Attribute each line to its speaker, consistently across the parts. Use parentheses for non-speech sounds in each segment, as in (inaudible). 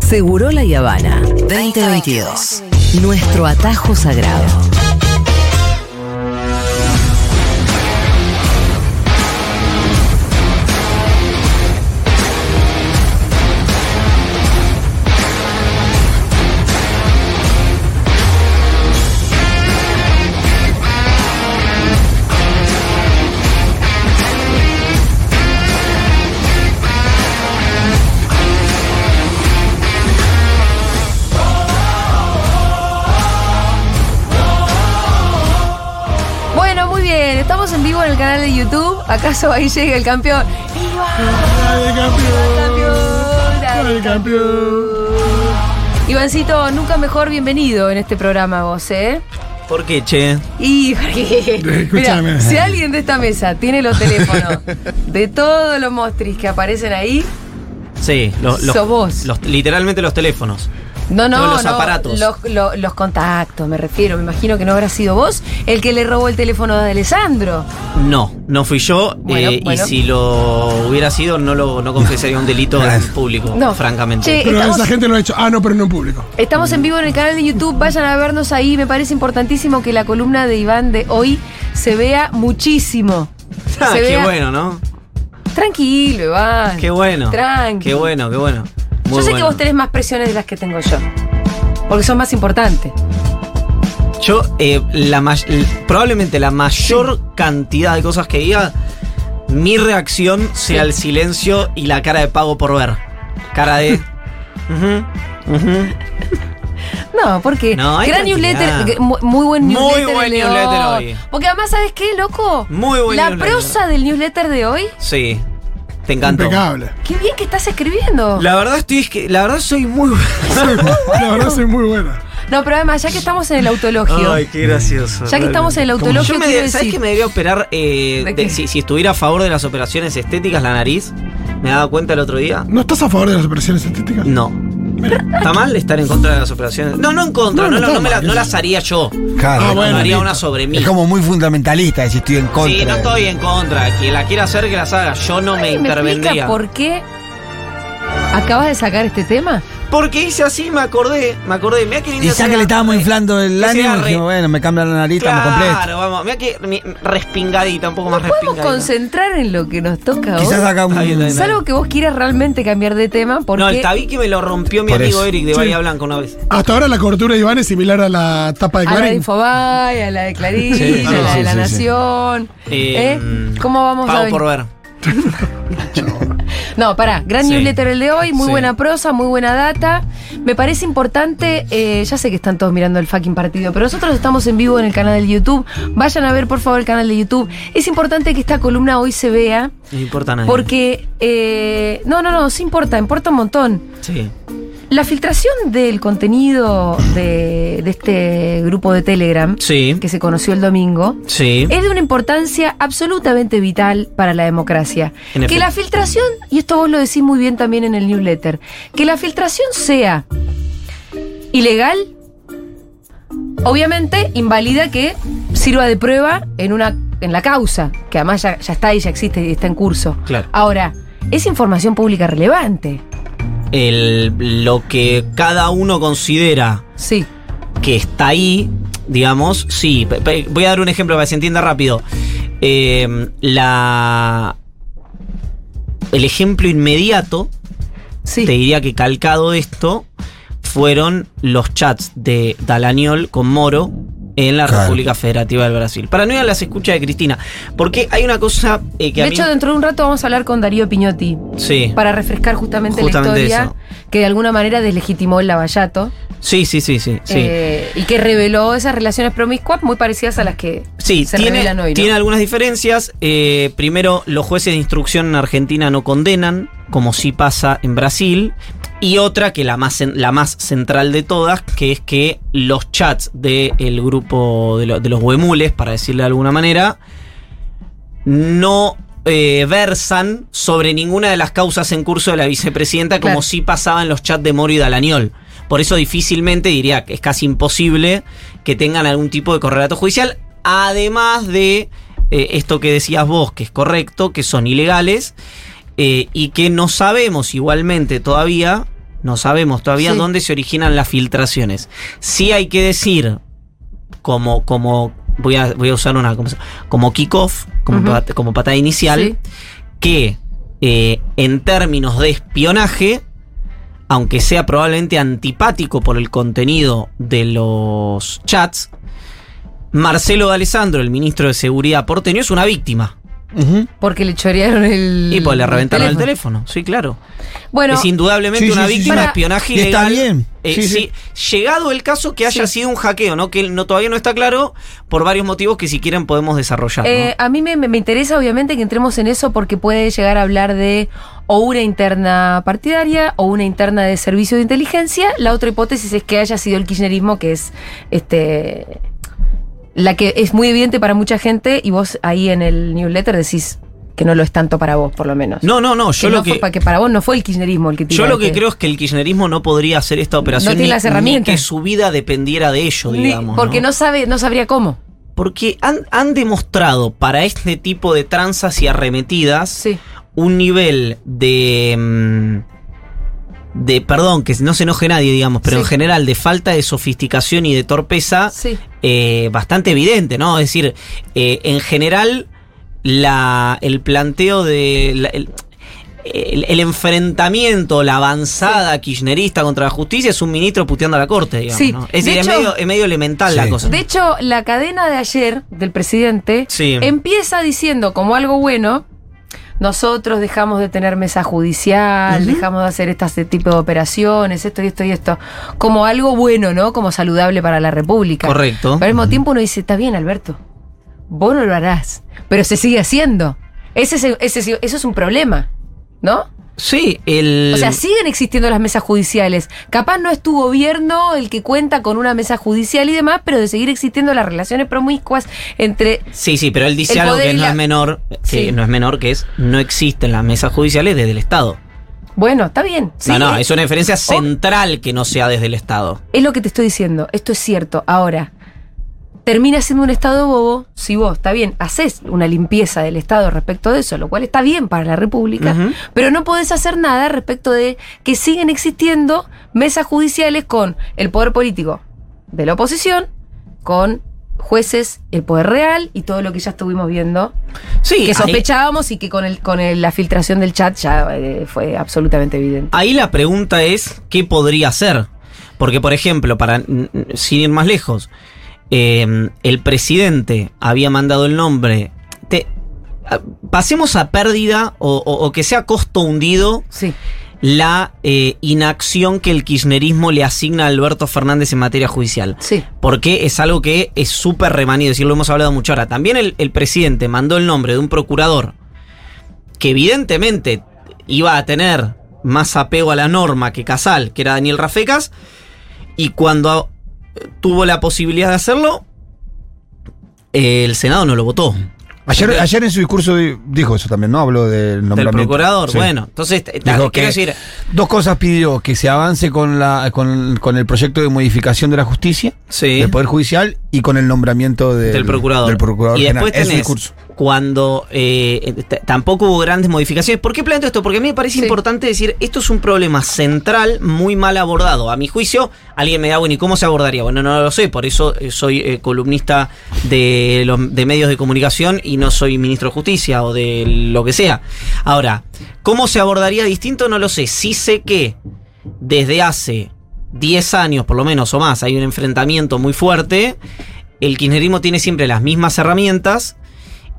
Speaker 1: Seguro La Habana 2022. Nuestro atajo sagrado.
Speaker 2: Bueno, muy bien. Estamos en vivo en el canal de YouTube. ¿Acaso ahí llega el campeón?
Speaker 3: El campeón.
Speaker 2: Campeón.
Speaker 3: El campeón.
Speaker 2: Ivancito, nunca mejor bienvenido en este programa vos, ¿eh?
Speaker 4: ¿Por qué, che?
Speaker 2: Y (laughs) porque,
Speaker 3: Escúchame.
Speaker 2: Mira, si alguien de esta mesa tiene los
Speaker 3: (laughs)
Speaker 2: teléfonos de todos los mostris que aparecen ahí,
Speaker 4: Sí, los, los-
Speaker 2: Sos vos.
Speaker 4: los- literalmente los teléfonos.
Speaker 2: no, no,
Speaker 4: Todos los
Speaker 2: no,
Speaker 4: aparatos.
Speaker 2: Los, lo- los contactos, me refiero. Me imagino que no habrá sido vos el que le robó el teléfono de Alessandro.
Speaker 4: No, no fui yo.
Speaker 2: Bueno,
Speaker 4: eh,
Speaker 2: bueno.
Speaker 4: Y si lo hubiera sido, no lo no confesaría un delito en público,
Speaker 2: No.
Speaker 4: francamente.
Speaker 2: Che.
Speaker 3: Pero
Speaker 2: Estamos-
Speaker 3: esa gente lo ha hecho. Ah, no, pero no en público.
Speaker 2: Estamos en vivo en el canal de YouTube, vayan a vernos ahí. Me parece importantísimo que la columna de Iván de hoy se vea muchísimo.
Speaker 4: (laughs) Ah,
Speaker 2: Se
Speaker 4: qué
Speaker 2: vea-
Speaker 4: bueno, ¿no?
Speaker 2: Tranquilo, Iván.
Speaker 4: Qué bueno.
Speaker 2: Tranqui.
Speaker 4: Qué bueno, qué bueno. Muy
Speaker 2: yo sé que
Speaker 4: bueno.
Speaker 2: vos tenés más presiones de las que tengo yo. Porque son más importantes.
Speaker 4: Yo, eh, la may- l- probablemente la mayor cantidad de cosas que diga, mi reacción sea
Speaker 2: Sí.
Speaker 4: el silencio y la cara de pago por ver. Cara
Speaker 2: (laughs)
Speaker 4: de. Ujú, ujú.
Speaker 2: No, porque
Speaker 4: No, hay
Speaker 2: gran
Speaker 4: tranquilidad.
Speaker 2: newsletter, que- mu- muy buen
Speaker 4: Muy
Speaker 2: newsletter.
Speaker 4: buen
Speaker 2: el de
Speaker 4: newsletter
Speaker 2: hoy.
Speaker 4: hoy.
Speaker 2: Porque además, ¿sabes qué, loco?
Speaker 4: Muy buen
Speaker 2: La
Speaker 4: newsletter.
Speaker 2: prosa del newsletter de hoy,
Speaker 4: Sí. Te encantó.
Speaker 3: Impecable.
Speaker 2: qué bien que estás escribiendo.
Speaker 4: La verdad estoy es que la verdad soy muy (laughs)
Speaker 3: La verdad, soy muy buena.
Speaker 2: No, pero además, ya que estamos en el autologio,
Speaker 4: qué gracioso.
Speaker 2: Ya que estamos en el
Speaker 4: Como
Speaker 2: autologio,
Speaker 4: yo me
Speaker 2: quiero
Speaker 4: de- ¿Sabes
Speaker 2: decir-
Speaker 4: que me debería operar? eh,
Speaker 2: ¿De
Speaker 4: de-
Speaker 2: qué?
Speaker 4: si, si estuviera a favor de las operaciones estéticas, la nariz, me he dado cuenta el otro día.
Speaker 3: ¿No estás a favor de las operaciones estéticas?
Speaker 4: No. ¿Está mal estar en contra de las operaciones? No, no en contra,
Speaker 3: No,
Speaker 4: no,
Speaker 3: no
Speaker 4: no,
Speaker 3: está
Speaker 4: no me la-
Speaker 3: mal,
Speaker 4: no
Speaker 3: eso.
Speaker 4: las haría yo.
Speaker 5: Claro,
Speaker 3: Ah,
Speaker 4: No,
Speaker 3: bueno,
Speaker 4: haría
Speaker 5: listo.
Speaker 4: una sobre mí.
Speaker 5: Es como muy fundamentalista decir estoy en contra.
Speaker 4: Sí, no estoy en contra. Quien la quiera hacer, que las haga. Yo no me
Speaker 2: ¿alguien me explica
Speaker 4: intervendría.
Speaker 2: por qué acabas de sacar este tema?
Speaker 4: Porque hice así, me acordé, me acordé. Mirá qué lindo
Speaker 5: Y ya que
Speaker 4: sería-
Speaker 5: le estábamos inflando el
Speaker 4: Que sea
Speaker 5: ánimo,
Speaker 4: re-
Speaker 5: dijimos, bueno, me cambian la nariz, estamos completos.
Speaker 4: Claro, vamos. Mira que mi- respingadita, un poco más
Speaker 2: Podemos
Speaker 4: respingadita.
Speaker 2: concentrar en lo que nos toca
Speaker 5: Quizás
Speaker 2: hoy.
Speaker 5: acá un.
Speaker 4: Está bien, está bien.
Speaker 2: Salvo que vos quieras realmente cambiar de tema, porque
Speaker 4: No, el tabique me lo rompió mi
Speaker 5: Por
Speaker 4: amigo
Speaker 5: eso.
Speaker 4: Eric de
Speaker 3: Sí.
Speaker 4: Bahía Blanca una vez.
Speaker 3: Hasta ahora la cobertura de Iván es similar a la tapa de
Speaker 2: a la de
Speaker 3: Clarín.
Speaker 2: Infobay, a la de Clarín,
Speaker 4: Sí,
Speaker 2: a la
Speaker 5: sí,
Speaker 2: de La
Speaker 5: sí, sí.
Speaker 2: Nación.
Speaker 4: Eh,
Speaker 2: ¿eh? ¿Cómo vamos a
Speaker 4: Pago
Speaker 2: ven-
Speaker 4: por ver.
Speaker 2: No, pará, gran
Speaker 4: Sí.
Speaker 2: newsletter el de hoy, muy
Speaker 4: Sí.
Speaker 2: buena prosa, muy buena data. Me parece importante, eh, ya sé que están todos mirando el fucking partido, pero nosotros estamos en vivo en el canal de YouTube. Vayan a ver, por favor, el canal de YouTube. Es importante que esta columna hoy se vea,
Speaker 4: No importa a nadie.
Speaker 2: porque. eh, no, no, no, sí importa, importa un montón.
Speaker 4: Sí.
Speaker 2: La filtración del contenido de, de este grupo de Telegram,
Speaker 4: Sí.
Speaker 2: que se conoció el domingo,
Speaker 4: Sí.
Speaker 2: es de una importancia absolutamente vital para la democracia.
Speaker 4: En
Speaker 2: Que
Speaker 4: efecto.
Speaker 2: la filtración, y esto vos lo decís muy bien también en el newsletter, que la filtración sea ilegal, obviamente invalida que sirva de prueba en, una, en la causa, que además ya, ya está ahí, ya existe y está en curso.
Speaker 4: Claro.
Speaker 2: Ahora, es información pública relevante.
Speaker 4: El, lo que cada uno considera
Speaker 2: Sí.
Speaker 4: que está ahí, digamos, sí. Pe- pe- Voy a dar un ejemplo para que se entienda rápido. Eh, la. El ejemplo inmediato
Speaker 2: Sí.
Speaker 4: te diría que calcado esto fueron los chats de Dalañol con Moro en la
Speaker 5: Claro.
Speaker 4: República Federativa del Brasil. Para no ir a las escuchas de Cristina, porque hay una cosa eh, que
Speaker 2: de
Speaker 4: a mí...
Speaker 2: hecho, dentro de un rato vamos a hablar con Darío Piñotti
Speaker 4: sí.
Speaker 2: para refrescar justamente,
Speaker 4: Justamente
Speaker 2: la historia que de alguna manera deslegitimó el lavallato
Speaker 4: sí, sí, sí, sí, sí.
Speaker 2: eh, y que reveló esas relaciones promiscuas muy parecidas a las que
Speaker 4: Sí,
Speaker 2: se
Speaker 4: tiene,
Speaker 2: revelan hoy. ¿no?
Speaker 4: tiene algunas diferencias. Eh, primero, los jueces de instrucción en Argentina no condenan, como sí pasa en Brasil. Y otra, que la más, cen- la más central de todas, que es que los chats del grupo de, lo- de los huemules, para decirle de alguna manera, no eh, versan sobre ninguna de las causas en curso de la vicepresidenta,
Speaker 2: Claro.
Speaker 4: como sí pasaba en los chats de Moro y Dalañol. Por eso difícilmente, diría que es casi imposible que tengan algún tipo de correlato judicial, además de eh, esto que decías vos, que es correcto, que son ilegales, eh, y que no sabemos igualmente todavía No sabemos todavía
Speaker 2: Sí.
Speaker 4: dónde se originan las filtraciones. Sí hay que decir, como, como voy a, voy a usar una, como, como kickoff, como,
Speaker 2: Ujú.
Speaker 4: pat- como patada inicial,
Speaker 2: Sí.
Speaker 4: que eh, en términos de espionaje, aunque sea probablemente antipático por el contenido de los chats, Marcelo D Alessandro, el ministro de Seguridad porteño, es una víctima.
Speaker 5: Ujú.
Speaker 2: Porque le chorearon el.
Speaker 4: Y pues le reventaron el teléfono, sí, claro.
Speaker 2: Bueno,
Speaker 4: es indudablemente
Speaker 5: sí,
Speaker 4: una
Speaker 5: sí, sí,
Speaker 4: víctima de
Speaker 2: sí.
Speaker 4: espionaje
Speaker 5: Y está
Speaker 4: ilegal.
Speaker 5: bien.
Speaker 4: Eh,
Speaker 5: Sí,
Speaker 4: sí, Llegado el caso que haya
Speaker 2: Sí.
Speaker 4: sido un hackeo, ¿no? Que no, todavía no está claro por varios motivos que si quieren podemos desarrollar. ¿no?
Speaker 2: eh, a mí me, me- me interesa, obviamente, que entremos en eso porque puede llegar a hablar de o una interna partidaria o una interna de servicio de inteligencia. La otra hipótesis es que haya sido el kirchnerismo, que es este. La que es muy evidente para mucha gente y vos ahí en el newsletter decís que no lo es tanto para vos, por lo menos.
Speaker 4: no, no, no. Yo
Speaker 2: que,
Speaker 4: lo
Speaker 2: no
Speaker 4: que
Speaker 2: fue pa- que para vos no fue el kirchnerismo el que
Speaker 4: Yo
Speaker 2: tiró
Speaker 4: lo que
Speaker 2: este-
Speaker 4: creo es que el kirchnerismo no podría hacer esta operación
Speaker 2: tiene
Speaker 4: ni-
Speaker 2: las
Speaker 4: ni
Speaker 2: herramientas.
Speaker 4: que su vida dependiera de ello,
Speaker 2: Ni-
Speaker 4: digamos. ¿no?
Speaker 2: porque no sabe, no sabría cómo.
Speaker 4: Porque han, han demostrado para este tipo de tranzas y arremetidas
Speaker 2: Sí.
Speaker 4: un nivel de. mm, de. perdón, que no se enoje nadie, digamos, pero
Speaker 2: Sí.
Speaker 4: en general de falta de sofisticación y de torpeza
Speaker 2: Sí.
Speaker 4: eh, bastante evidente, ¿no? Es decir, eh, en general, la, el planteo de. la- el, el- el enfrentamiento, la avanzada kirchnerista contra la justicia es un ministro puteando a la corte, digamos.
Speaker 2: Sí.
Speaker 4: ¿no? Es
Speaker 2: De
Speaker 4: decir, es,
Speaker 2: hecho-
Speaker 4: medio, es medio elemental la
Speaker 5: Sí.
Speaker 4: cosa.
Speaker 2: De hecho, la cadena de ayer del presidente
Speaker 4: Sí.
Speaker 2: empieza diciendo como algo bueno. Nosotros dejamos de tener mesa judicial, dejamos de hacer este, este tipo de operaciones, esto y esto y esto, como algo bueno, ¿no? Como saludable para la República.
Speaker 4: Correcto.
Speaker 2: Pero al mismo tiempo uno dice, está bien, Alberto, vos no lo harás, pero se sigue haciendo. Ese, es- ese es- eso es un problema, ¿no?
Speaker 4: Sí, el.
Speaker 2: O sea, siguen existiendo las mesas judiciales. Capaz no es tu gobierno el que cuenta con una mesa judicial y demás, pero de seguir existiendo las relaciones promiscuas entre...
Speaker 4: Sí, sí, pero él dice
Speaker 2: El
Speaker 4: algo
Speaker 2: poder
Speaker 4: que
Speaker 2: y
Speaker 4: no
Speaker 2: la-
Speaker 4: es menor,
Speaker 2: Sí.
Speaker 4: que no es menor, que es no existen las mesas judiciales desde el Estado.
Speaker 2: Bueno, está bien. sí,
Speaker 4: no, no,
Speaker 2: eh,
Speaker 4: es una diferencia central que no sea desde el Estado.
Speaker 2: es lo que te estoy diciendo. Esto es cierto. Ahora, termina siendo un Estado bobo si vos, está bien, haces una limpieza del Estado respecto de eso, lo cual está bien para la República,
Speaker 4: Ujú.
Speaker 2: pero no podés hacer nada respecto de que siguen existiendo mesas judiciales con el poder político de la oposición, con jueces, el poder real y todo lo que ya estuvimos viendo,
Speaker 4: Sí,
Speaker 2: que
Speaker 4: ahí-
Speaker 2: sospechábamos y que con, el, con el- la filtración del chat ya eh, fue absolutamente evidente.
Speaker 4: Ahí la pregunta es, ¿qué podría hacer? Porque, por ejemplo, para n- n- sin ir más lejos, eh, el presidente había mandado el nombre. Te- a- pasemos a pérdida o, o- o que sea costo hundido
Speaker 2: Sí.
Speaker 4: la eh, inacción que el kirchnerismo le asigna a Alberto Fernández en materia judicial.
Speaker 2: Sí.
Speaker 4: Porque es algo que es súper remanido, es decir, lo hemos hablado mucho ahora. También el, el presidente mandó el nombre de un procurador que evidentemente iba a tener más apego a la norma que Casal, que era Daniel Rafecas, y cuando eh, tuvo la posibilidad de hacerlo, eh, el Senado no lo votó.
Speaker 5: Ayer, ayer en su discurso di- dijo eso también, ¿no? Habló del
Speaker 4: Del
Speaker 5: nombramiento.
Speaker 4: procurador,
Speaker 5: Sí.
Speaker 4: bueno, entonces, eh, ta-
Speaker 5: Dijo que-
Speaker 4: quiero decir,
Speaker 5: Dos cosas pidió, que se avance con, la, con, con el proyecto de modificación de la justicia,
Speaker 4: sí.
Speaker 5: del Poder Judicial y con el nombramiento del,
Speaker 4: del procurador.
Speaker 5: del procurador
Speaker 4: y
Speaker 5: general.
Speaker 4: después
Speaker 5: Es su
Speaker 4: tenés
Speaker 5: discurso.
Speaker 4: cuando eh, t- tampoco hubo grandes modificaciones. ¿Por qué planteo esto? Porque a mí me parece
Speaker 2: Sí.
Speaker 4: importante decir, esto es un problema central muy mal abordado. A mi juicio, alguien me da, bueno, ¿y cómo se abordaría? Bueno, no lo sé, por eso eh, soy eh, columnista de, los, de medios de comunicación y no soy ministro de justicia o de lo que sea. Ahora, ¿cómo se abordaría distinto? No lo sé. Sí sé que desde hace 10 años, por lo menos o más, hay un enfrentamiento muy fuerte. El kirchnerismo tiene siempre las mismas herramientas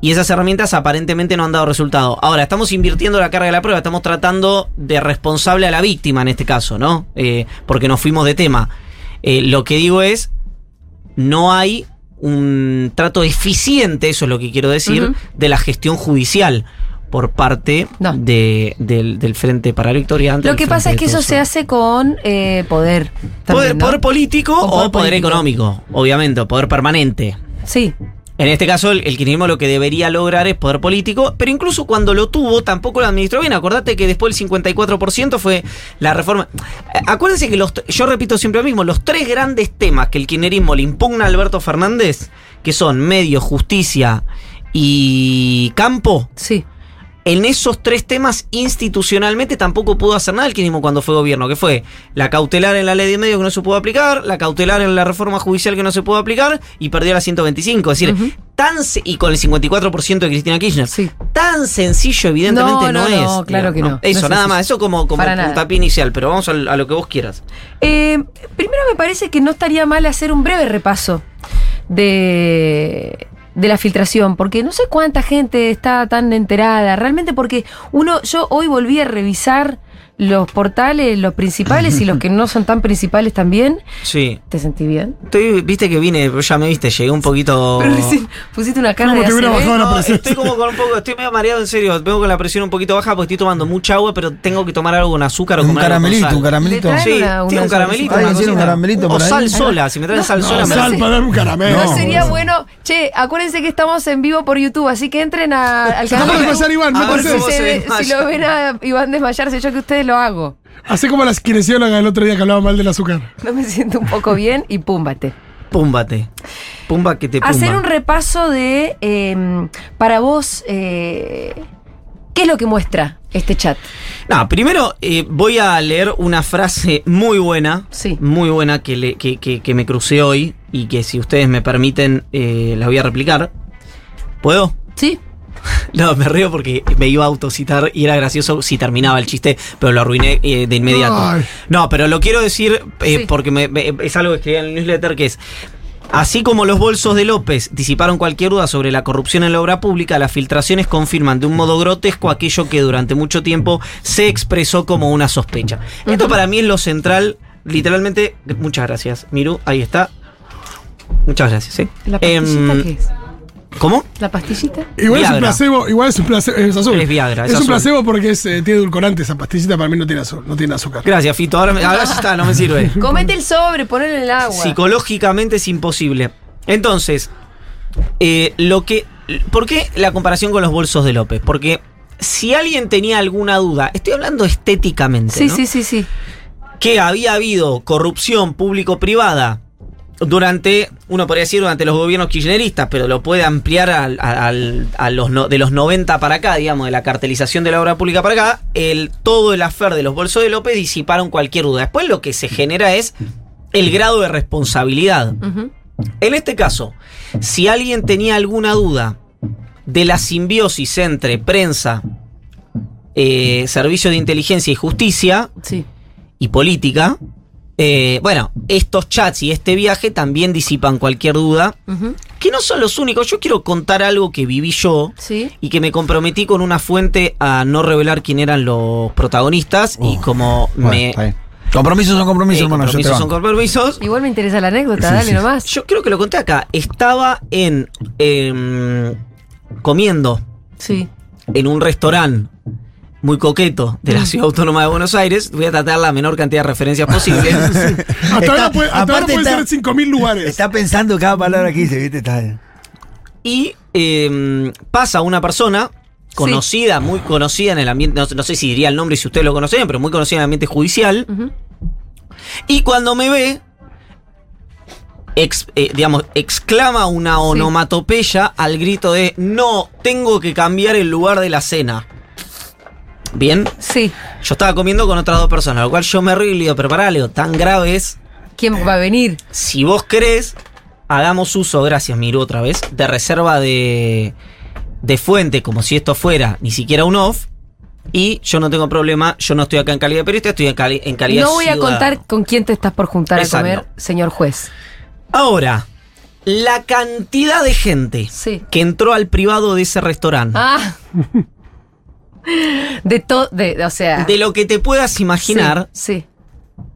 Speaker 4: y esas herramientas aparentemente no han dado resultado. Ahora, estamos invirtiendo la carga de la prueba, estamos tratando de responsable a la víctima en este caso, ¿no? Eh, porque nos fuimos de tema. Eh, lo que digo es, no hay un trato eficiente, eso es lo que quiero decir,
Speaker 2: Ujú.
Speaker 4: de la gestión judicial por parte
Speaker 2: No.
Speaker 4: de- del, del Frente para la Victoria. antes
Speaker 2: Lo
Speaker 4: del
Speaker 2: que pasa es
Speaker 4: Frente
Speaker 2: que
Speaker 4: de
Speaker 2: eso
Speaker 4: Todos.
Speaker 2: se hace con eh, poder.
Speaker 4: Poder,
Speaker 2: también, ¿no?
Speaker 4: poder político
Speaker 2: Con
Speaker 4: o
Speaker 2: poder
Speaker 4: poder,
Speaker 2: político.
Speaker 4: económico, obviamente, o poder permanente.
Speaker 2: Sí,
Speaker 4: En este caso, el, el kirchnerismo lo que debería lograr es poder político, pero incluso cuando lo tuvo, tampoco lo administró bien. Acordate que después el 54% fue la reforma. Eh, Acuérdense que los, t- yo repito siempre lo mismo, los tres grandes temas que el kirchnerismo le impugna a Alberto Fernández, que son medio, justicia y campo,
Speaker 2: sí.
Speaker 4: En esos tres temas, institucionalmente tampoco pudo hacer nada el kirchnerismo cuando fue gobierno, que fue la cautelar en la ley de medios que no se pudo aplicar, la cautelar en la reforma judicial que no se pudo aplicar, y perdió la 125. Es decir, tan se- y con el 54% de Cristina Kirchner.
Speaker 2: Sí.
Speaker 4: Tan sencillo, evidentemente,
Speaker 2: No,
Speaker 4: no,
Speaker 2: no,
Speaker 4: es.
Speaker 2: no, claro que no.
Speaker 4: Eso,
Speaker 2: No es
Speaker 4: nada
Speaker 2: sencillo.
Speaker 4: más. Eso como, como
Speaker 2: Para nada.
Speaker 4: puntapié inicial, pero vamos al- a lo que vos quieras.
Speaker 2: Eh, primero me parece que no estaría mal hacer un breve repaso de, de la filtración, porque no sé cuánta gente está tan enterada, realmente porque uno, yo hoy volví a revisar los portales, los principales y los que no son tan principales también.
Speaker 4: Sí.
Speaker 2: ¿Te sentí bien?
Speaker 4: Estoy, viste que vine, pero ya me viste, llegué un poquito.
Speaker 2: Pero recién (laughs) pusiste una cara
Speaker 3: Como
Speaker 2: de
Speaker 3: te hubiera
Speaker 2: ACB.
Speaker 3: bajado la
Speaker 4: No,
Speaker 3: presión.
Speaker 4: estoy como con un poco, estoy medio mareado en serio. Vengo con la presión un poquito baja porque estoy tomando mucha agua, pero tengo que tomar algo con azúcar o
Speaker 5: Un
Speaker 4: comer algo con
Speaker 5: caramelito,
Speaker 4: sal.
Speaker 5: un caramelito.
Speaker 2: Detalle. Traen
Speaker 4: Sí,
Speaker 2: una-
Speaker 4: tiene
Speaker 2: una
Speaker 4: un caramelito.
Speaker 5: solicita.
Speaker 4: una
Speaker 5: Alguien tiene un
Speaker 4: cosita.
Speaker 5: caramelito
Speaker 4: o
Speaker 5: por ahí.
Speaker 4: sal sola, si me traen sal sola
Speaker 3: No,
Speaker 4: me
Speaker 3: sal
Speaker 4: la-
Speaker 3: para dar un caramelo.
Speaker 2: No, sería
Speaker 3: boludo.
Speaker 2: bueno. Che, acuérdense que estamos en vivo por YouTube, así que entren a- al canal.
Speaker 3: Dejamos de
Speaker 2: de
Speaker 3: pasar,
Speaker 2: YouTube,
Speaker 3: Iván,
Speaker 4: A
Speaker 3: no
Speaker 4: ver
Speaker 2: porque
Speaker 3: pases.
Speaker 4: cómo-
Speaker 2: si,
Speaker 4: se
Speaker 2: ve-
Speaker 4: desmaya.
Speaker 2: si lo ven a Iván desmayarse, yo que ustedes lo hago.
Speaker 3: Así como las kinesiólogas el otro día que hablaba mal del azúcar.
Speaker 2: No me siento un poco bien y púmbate.
Speaker 4: Púmbate. Pumba que te pumba.
Speaker 2: Hacer un repaso de, eh, para vos, eh, ¿qué es lo que muestra este chat?
Speaker 4: No, primero eh, voy a leer una frase muy buena.
Speaker 2: Sí.
Speaker 4: Muy buena que, le- que- que- que me crucé hoy y que si ustedes me permiten eh, la voy a replicar. ¿Puedo?
Speaker 2: ¿Sí?
Speaker 4: (laughs) No, me río porque me iba a autocitar y era gracioso si terminaba el chiste, pero lo arruiné eh, de inmediato.
Speaker 3: Ay.
Speaker 4: No, pero lo quiero decir eh,
Speaker 2: Sí.
Speaker 4: porque me- me- es algo que escribí en el newsletter que es. Así como los bolsos de López disiparon cualquier duda sobre la corrupción en la obra pública, las filtraciones confirman de un modo grotesco aquello que durante mucho tiempo se expresó como una sospecha. Esto para mí es lo central, literalmente. Muchas gracias, Miru, ahí está. Muchas gracias, ¿eh?
Speaker 2: ¿La pastillita
Speaker 4: Em,
Speaker 2: qué es?
Speaker 4: ¿Cómo?
Speaker 2: ¿La pastillita?
Speaker 3: Igual es un
Speaker 4: Viagra.
Speaker 3: placebo, igual es un placebo, es azul.
Speaker 4: Es Viagra, es
Speaker 3: es un
Speaker 4: azul.
Speaker 3: placebo porque es, eh, tiene edulcorante esa pastillita, para mí no tiene azul, no tiene azúcar.
Speaker 4: Gracias, Fito. Ahora, me- ahora sí está, no
Speaker 2: (laughs)
Speaker 4: me sirve.
Speaker 2: Comete el sobre, ponelo en el agua.
Speaker 4: Psicológicamente es imposible. Entonces, eh, lo que. ¿Por qué la comparación con los bolsos de López? Porque si alguien tenía alguna duda, estoy hablando estéticamente,
Speaker 2: sí,
Speaker 4: ¿no?
Speaker 2: sí, sí, sí.
Speaker 4: que había habido corrupción público-privada durante, uno podría decir, durante los gobiernos kirchneristas, pero lo puede ampliar al- a, al- a los no- de los 90 para acá, digamos, de la cartelización de la obra pública para acá, el, todo el afer de los bolsos de López disiparon cualquier duda. Después lo que se genera es el grado de responsabilidad.
Speaker 2: Ujú.
Speaker 4: En este caso, si alguien tenía alguna duda de la simbiosis entre prensa, eh, servicio de inteligencia y justicia,
Speaker 2: Sí.
Speaker 4: y política. eh, bueno, estos chats y este viaje también disipan cualquier duda,
Speaker 2: Ujú.
Speaker 4: que no son los únicos. Yo quiero contar algo que viví yo
Speaker 2: Sí.
Speaker 4: y que me comprometí con una fuente a no revelar quién eran los protagonistas y
Speaker 5: Oh,
Speaker 4: como
Speaker 5: Bueno,
Speaker 4: me...
Speaker 5: está bien. Compromisos son compromisos,
Speaker 4: eh,
Speaker 5: hermano. yo te
Speaker 4: compromisos son
Speaker 5: banco.
Speaker 4: compromisos.
Speaker 2: Igual me interesa la anécdota,
Speaker 5: Sí,
Speaker 2: dale
Speaker 5: sí, sí.
Speaker 2: nomás.
Speaker 4: Yo creo que lo conté acá. Estaba en... em, comiendo
Speaker 2: Sí.
Speaker 4: en un restaurante muy coqueto de
Speaker 5: Mm.
Speaker 4: la Ciudad Autónoma de Buenos Aires. Voy a tratar la menor cantidad de referencias posible.
Speaker 5: (laughs)
Speaker 3: Hasta
Speaker 5: Está-
Speaker 3: ahora puede, hasta ahora
Speaker 5: aparte
Speaker 3: puede
Speaker 5: está-
Speaker 3: ser 5.000 lugares.
Speaker 5: Está pensando cada palabra que dice, ¿viste? Está-
Speaker 4: Y eh, pasa una persona conocida, muy conocida en el ambiente, no, no sé si diría el nombre y si ustedes lo conocían, pero muy conocida en el ambiente judicial.
Speaker 2: Ujú.
Speaker 4: Y cuando me ve, ex- eh, digamos, exclama una onomatopeya al grito de, no, tengo que cambiar el lugar de la cena. Bien,
Speaker 2: Sí.
Speaker 4: yo estaba comiendo con otras dos personas, lo cual yo me río y le digo, pero pará, Leo, tan grave es
Speaker 2: ¿Quién
Speaker 4: Eh,
Speaker 2: va a venir?
Speaker 4: si vos querés, hagamos uso, gracias Miru otra vez, de reserva de, de fuente, como si esto fuera ni siquiera un off. Y yo no tengo problema, yo no estoy acá en calidad de periodista, estoy en, cali- en calidad de
Speaker 2: No voy a
Speaker 4: ciudadano.
Speaker 2: contar con quién te estás por juntar
Speaker 4: Exacto.
Speaker 2: a comer, señor juez.
Speaker 4: Ahora, la cantidad de gente
Speaker 2: Sí.
Speaker 4: que entró al privado de ese restaurante, (laughs)
Speaker 2: Ah. De todo, de, o sea.
Speaker 4: de lo que te puedas imaginar,
Speaker 2: Sí. sí.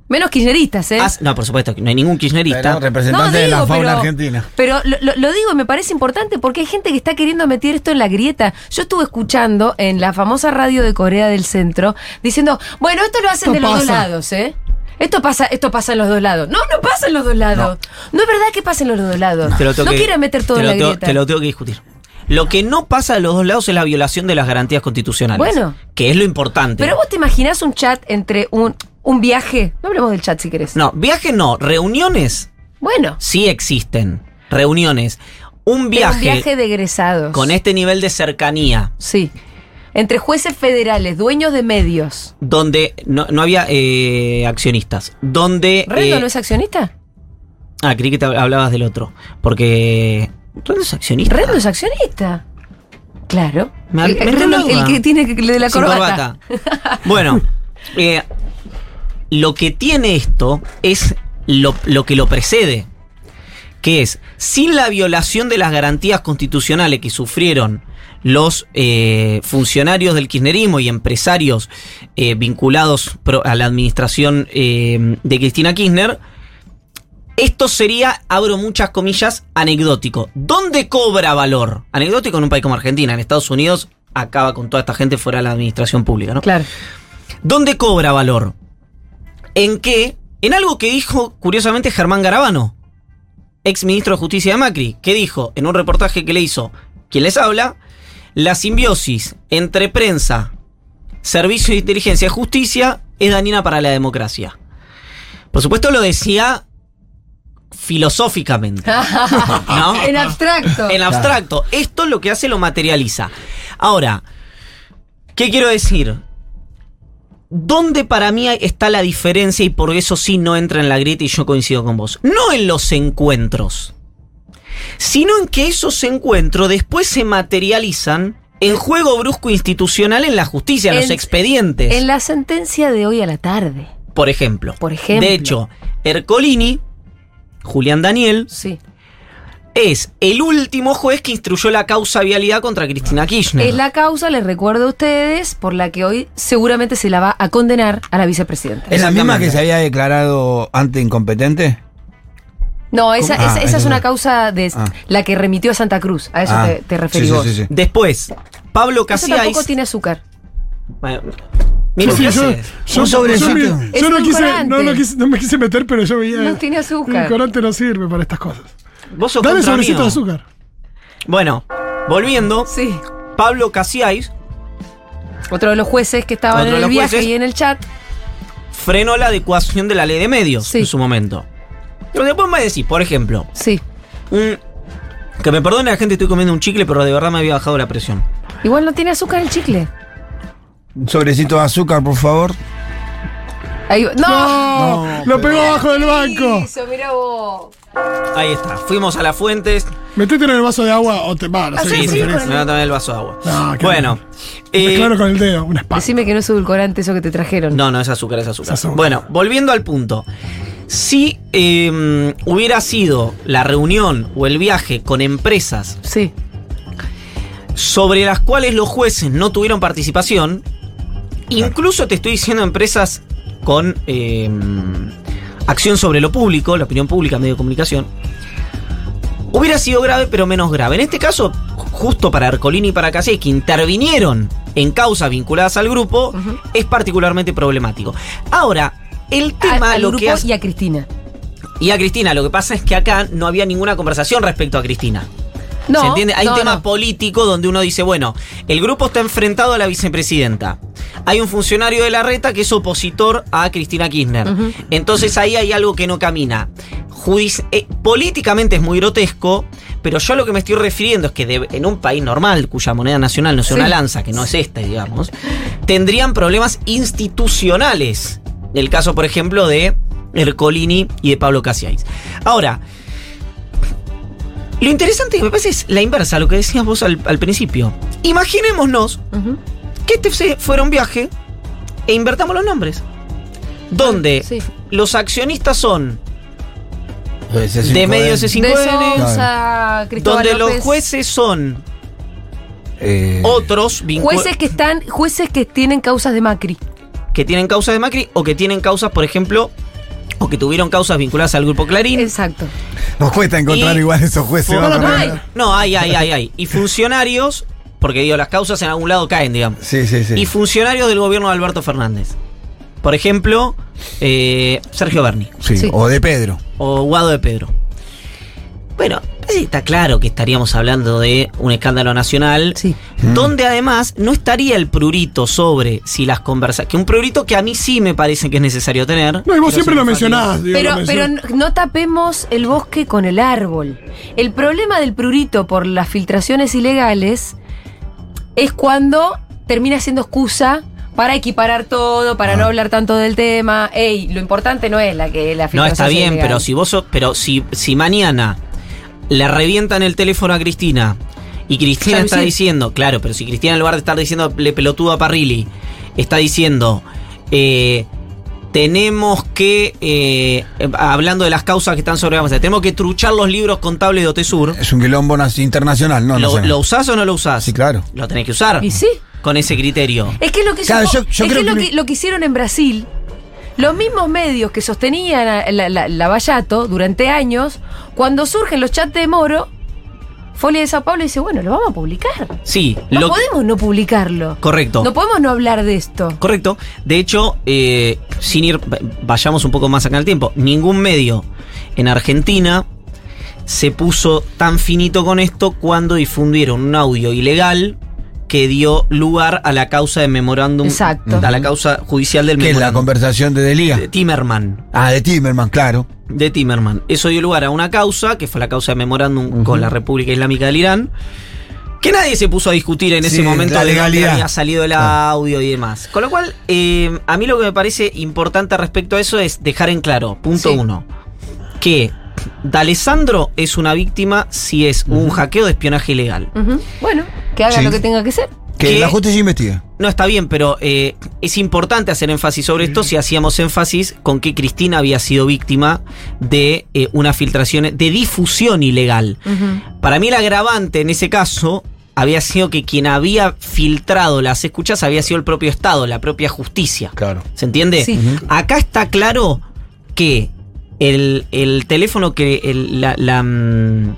Speaker 2: Menos kirchneristas, ¿eh?
Speaker 4: has- no, por supuesto, que no hay ningún kirchnerista.
Speaker 5: Pero representante de la fauna argentina.
Speaker 2: Pero lo, lo- lo digo y me parece importante porque hay gente que está queriendo meter esto en la grieta. Yo estuve escuchando en la famosa radio de Corea del Centro diciendo, bueno, esto lo hacen
Speaker 3: Esto
Speaker 2: de los dos
Speaker 3: pasa.
Speaker 2: lados, ¿eh? Esto pasa, esto pasa en los dos lados. No, no pasa en los dos lados. No, es verdad que pasa en los dos lados.
Speaker 4: Te lo tengo
Speaker 2: no
Speaker 4: que-
Speaker 2: quieren meter todo
Speaker 4: te
Speaker 2: en
Speaker 4: lo
Speaker 2: la
Speaker 4: tengo-
Speaker 2: grieta.
Speaker 4: Te lo tengo que discutir. Lo que no pasa de los dos lados es la violación de las garantías constitucionales.
Speaker 2: Bueno.
Speaker 4: Que es lo importante.
Speaker 2: Pero vos te imaginás un chat entre un, un viaje. No hablemos del chat si querés.
Speaker 4: No, viaje no. Reuniones
Speaker 2: Bueno,
Speaker 4: sí existen. Reuniones. Un
Speaker 2: pero
Speaker 4: viaje,
Speaker 2: un viaje de egresados.
Speaker 4: con este nivel de cercanía.
Speaker 2: Sí. Entre jueces federales, dueños de medios.
Speaker 4: donde no, no había eh, accionistas. Donde.
Speaker 2: ¿Rendo
Speaker 4: eh,
Speaker 2: no es accionista?
Speaker 4: Ah, creí que te hablabas del otro. Porque. ¿Rendo es accionista?
Speaker 2: Rendo es accionista. Claro.
Speaker 4: Me-
Speaker 2: el,
Speaker 4: me
Speaker 2: el Rendo,
Speaker 4: reloja.
Speaker 2: el que tiene que- el de la
Speaker 4: Sin
Speaker 2: corbata.
Speaker 4: corbata. bueno, eh, lo que tiene esto es lo, lo que lo precede. Que es, sin la violación de las garantías constitucionales que sufrieron los eh, funcionarios del kirchnerismo y empresarios eh, vinculados pro- a la administración eh, de Cristina Kirchner, esto sería, abro muchas comillas, anecdótico. ¿Dónde cobra valor? Anecdótico en un país como Argentina. En Estados Unidos acaba con toda esta gente fuera de la administración pública, ¿no?
Speaker 2: Claro.
Speaker 4: ¿Dónde cobra valor? ¿En qué? En algo que dijo, curiosamente, Germán Garabano, ex ministro de Justicia de Macri, que dijo en un reportaje que le hizo quien les habla, la simbiosis entre prensa, servicio de inteligencia y justicia es dañina para la democracia. Por supuesto lo decía filosóficamente. ¿no?
Speaker 2: En
Speaker 4: (laughs)
Speaker 2: abstracto.
Speaker 4: En abstracto. Esto lo que hace lo materializa. Ahora, ¿qué quiero decir? ¿Dónde para mí está la diferencia y por eso sí no entra en la grieta y yo coincido con vos? No en los encuentros, sino en que esos encuentros después se materializan en juego brusco institucional en la justicia, en, los
Speaker 2: En-
Speaker 4: expedientes,
Speaker 2: en la sentencia de hoy a la tarde.
Speaker 4: por ejemplo.
Speaker 2: Por ejemplo.
Speaker 4: De hecho, Ercolini, Julián Daniel,
Speaker 2: Sí.
Speaker 4: es el último juez que instruyó la causa vialidad contra Cristina Kirchner.
Speaker 2: Es la causa, les recuerdo a ustedes, por la que hoy seguramente se la va a condenar a la vicepresidenta.
Speaker 5: ¿Es la misma
Speaker 4: Exactamente.
Speaker 5: que se había declarado antes incompetente?
Speaker 2: No, esa,
Speaker 5: ¿Cómo?
Speaker 2: esa-
Speaker 5: Ah,
Speaker 2: esa es
Speaker 5: esa.
Speaker 2: una causa de
Speaker 5: Ah.
Speaker 2: la que remitió a Santa Cruz. A eso
Speaker 5: Ah,
Speaker 2: te, te referí
Speaker 5: sí, sí,
Speaker 2: vos.
Speaker 5: sí, sí.
Speaker 4: Después, Pablo
Speaker 2: Eso
Speaker 4: Casillas.
Speaker 2: tampoco tiene azúcar.
Speaker 4: Mira,
Speaker 3: Sí,
Speaker 4: ¿qué
Speaker 3: yo,
Speaker 4: haces?
Speaker 3: yo-
Speaker 5: Un sobrecito.
Speaker 3: yo me-
Speaker 2: Es
Speaker 3: yo no,
Speaker 2: un
Speaker 3: quise,
Speaker 2: corante.
Speaker 3: no, no quise- no me quise meter, pero yo veía.
Speaker 2: No tiene azúcar.
Speaker 3: El corante no sirve para estas cosas.
Speaker 4: Vos sos
Speaker 3: Dame
Speaker 4: contra
Speaker 3: sobrecito
Speaker 4: mío.
Speaker 3: de azúcar.
Speaker 4: Bueno, volviendo,
Speaker 2: Sí.
Speaker 4: Pablo Casillas
Speaker 2: Otro de los jueces que estaban
Speaker 4: Otro
Speaker 2: en
Speaker 4: de
Speaker 2: el
Speaker 4: los
Speaker 2: viaje
Speaker 4: jueces.
Speaker 2: y en el chat.
Speaker 4: frenó la adecuación de la ley de medios
Speaker 2: Sí.
Speaker 4: en su momento. Pero después me decís, por ejemplo,
Speaker 2: Sí.
Speaker 4: un- que me perdone la gente, estoy comiendo un chicle, pero de verdad me había bajado la presión.
Speaker 2: Igual no tiene azúcar el chicle.
Speaker 5: Un sobrecito de azúcar, por favor.
Speaker 2: Ahí- ¡No!
Speaker 3: No,
Speaker 5: No,
Speaker 3: lo pegó abajo del banco.
Speaker 2: Eso, mirá vos.
Speaker 4: Ahí está, fuimos a las fuentes.
Speaker 3: Métetelo en el vaso de agua o te va, no sé
Speaker 2: Sí, sí,
Speaker 4: me
Speaker 3: qué preferís.
Speaker 2: con el-
Speaker 4: voy a tomar el vaso de agua.
Speaker 3: No, qué
Speaker 4: bueno, eh,
Speaker 3: Claro, con el dedo, una espada.
Speaker 2: Decime que no es edulcorante eso que te trajeron.
Speaker 4: No, no, es azúcar, es azúcar.
Speaker 3: Es azúcar.
Speaker 4: Bueno, volviendo al punto. Si eh, hubiera sido la reunión o el viaje con empresas
Speaker 2: Sí.
Speaker 4: sobre las cuales los jueces no tuvieron participación, incluso te estoy diciendo empresas con eh, acción sobre lo público, la opinión pública, medio de comunicación, hubiera sido grave pero menos grave. En este caso, justo para Ercolini y para Casey, que intervinieron en causas vinculadas al grupo, es particularmente problemático. Ahora, el tema
Speaker 2: A- al
Speaker 4: lo
Speaker 2: grupo
Speaker 4: que hace-
Speaker 2: y a Cristina.
Speaker 4: y a Cristina, lo que pasa es que acá no había ninguna conversación respecto a Cristina.
Speaker 2: No.
Speaker 4: ¿Se entiende? Hay
Speaker 2: no,
Speaker 4: un tema
Speaker 2: no.
Speaker 4: político donde uno dice, bueno, el grupo está enfrentado a la vicepresidenta. Hay un funcionario de la reta que es opositor a Cristina Kirchner.
Speaker 2: Ujú.
Speaker 4: Entonces ahí hay algo que no camina. Judic- eh, políticamente es muy grotesco, pero yo a lo que me estoy refiriendo es que de- en un país normal, cuya moneda nacional no sea una
Speaker 2: Sí.
Speaker 4: lanza, que no es esta, digamos, tendrían problemas institucionales. El caso, por ejemplo, de Ercolini y de Pablo Casiais. Ahora, lo interesante que me parece es la inversa, lo que decías vos al, al principio. Imaginémonos
Speaker 2: Ujú.
Speaker 4: que este se- fuera un viaje e invertamos los nombres. Donde
Speaker 2: Ah, Sí.
Speaker 4: los accionistas son
Speaker 5: Pues, ese
Speaker 4: de
Speaker 5: cinco
Speaker 4: medios
Speaker 5: de-
Speaker 4: de
Speaker 2: De
Speaker 4: 5N,
Speaker 2: Sousa, Cristóbal
Speaker 4: donde los
Speaker 2: López.
Speaker 4: jueces son
Speaker 5: eh,
Speaker 4: otros vinculados.
Speaker 2: Jueces que están, jueces que tienen causas de Macri.
Speaker 4: que tienen causas de Macri o que tienen causas, por ejemplo, o que tuvieron causas vinculadas al grupo Clarín.
Speaker 2: Exacto.
Speaker 5: Nos cuesta encontrar
Speaker 4: Y-
Speaker 5: igual esos jueces.
Speaker 4: Fun-
Speaker 5: vamos a
Speaker 2: Ay.
Speaker 5: poner-
Speaker 4: No, hay, hay, hay, hay. Y funcionarios, porque digo, las causas en algún lado caen, digamos.
Speaker 5: Sí, sí, sí.
Speaker 4: Y funcionarios del gobierno de Alberto Fernández. Por ejemplo, eh, Sergio Berni
Speaker 5: Sí,
Speaker 2: Sí.
Speaker 5: O de Pedro.
Speaker 4: o Guado de Pedro. Bueno, sí, está claro que estaríamos hablando de un escándalo nacional,
Speaker 2: Sí.
Speaker 4: donde además no estaría el prurito sobre si las conversas, que un prurito que a mí sí me parece que es necesario tener.
Speaker 3: No, y
Speaker 4: Quiero
Speaker 3: vos
Speaker 4: ser
Speaker 3: siempre lo
Speaker 4: enfático.
Speaker 3: mencionás. digo,
Speaker 2: Pero,
Speaker 3: lo
Speaker 2: pero
Speaker 3: mencionás.
Speaker 2: no no tapemos el bosque con el árbol. El problema del prurito por las filtraciones ilegales es cuando termina siendo excusa para equiparar todo, para
Speaker 5: Ah.
Speaker 2: no hablar tanto del tema. Ey, lo importante no es la que la
Speaker 4: No, está
Speaker 2: sea
Speaker 4: bien,
Speaker 2: ilegal.
Speaker 4: pero si vos sos- pero si, si mañana le revientan el teléfono a Cristina y Cristina
Speaker 2: Claro,
Speaker 4: está
Speaker 2: sí.
Speaker 4: diciendo, claro, pero si Cristina en lugar de estar diciendo le pelotudo a Parrilli, está diciendo eh, tenemos que, eh, eh, hablando de las causas que están sobre la mesa, tenemos que truchar los libros contables de Otesur.
Speaker 5: Es un quilombo nas- internacional, Eh, ¿no?
Speaker 4: ¿Lo,
Speaker 5: nacional.
Speaker 4: lo usás o no lo usás?
Speaker 5: Sí, claro.
Speaker 4: Lo tenés que usar.
Speaker 2: Y sí.
Speaker 4: Con ese criterio.
Speaker 2: Es que es lo que, hizo-
Speaker 5: Claro, yo- yo
Speaker 2: es que
Speaker 5: creo
Speaker 2: es lo,
Speaker 5: que-
Speaker 2: que, lo que hicieron en Brasil, los mismos medios que sostenían a- la, la- la Vallato durante años, cuando surgen los chats de Moro, Folia de Sao Paulo dice, bueno, lo vamos a publicar.
Speaker 4: Sí,
Speaker 2: No
Speaker 4: lo,
Speaker 2: podemos no publicarlo.
Speaker 4: correcto.
Speaker 2: No podemos no hablar de esto.
Speaker 4: Correcto. De hecho, eh, sin ir, vayamos un poco más acá en el tiempo. Ningún medio en Argentina se puso tan finito con esto cuando difundieron un audio ilegal que dio lugar a la causa de memorándum.
Speaker 2: Exacto.
Speaker 4: A la causa judicial del
Speaker 5: Que es la
Speaker 4: memorándum.
Speaker 5: conversación de Delía.
Speaker 4: de Timerman.
Speaker 5: Ah, de Timerman, claro.
Speaker 4: de Timerman. Eso dio lugar a una causa, que fue la causa de memorándum con la República Islámica del Irán, que nadie se puso a discutir en
Speaker 5: Sí,
Speaker 4: ese momento
Speaker 5: la
Speaker 4: de dónde
Speaker 5: legalidad.
Speaker 4: había salido el
Speaker 5: Claro.
Speaker 4: audio y demás. Con lo cual, eh, a mí lo que me parece importante respecto a eso es dejar en claro, punto
Speaker 2: Sí.
Speaker 4: uno, que D'Alessandro es una víctima si es un hackeo de espionaje ilegal.
Speaker 2: Ujú. Bueno, que haga
Speaker 5: Sí.
Speaker 2: lo que tenga que ser.
Speaker 5: Que
Speaker 4: ¿Qué?
Speaker 5: la justicia investiga.
Speaker 4: No, está bien, pero eh, es importante hacer énfasis sobre esto si hacíamos énfasis con que Cristina había sido víctima de eh, una filtración, de difusión ilegal. Para mí el agravante en ese caso había sido que quien había filtrado las escuchas había sido el propio Estado, la propia justicia.
Speaker 5: Claro.
Speaker 4: ¿Se entiende?
Speaker 2: Sí.
Speaker 4: Acá está claro que el, el teléfono que. el- la, la, mm,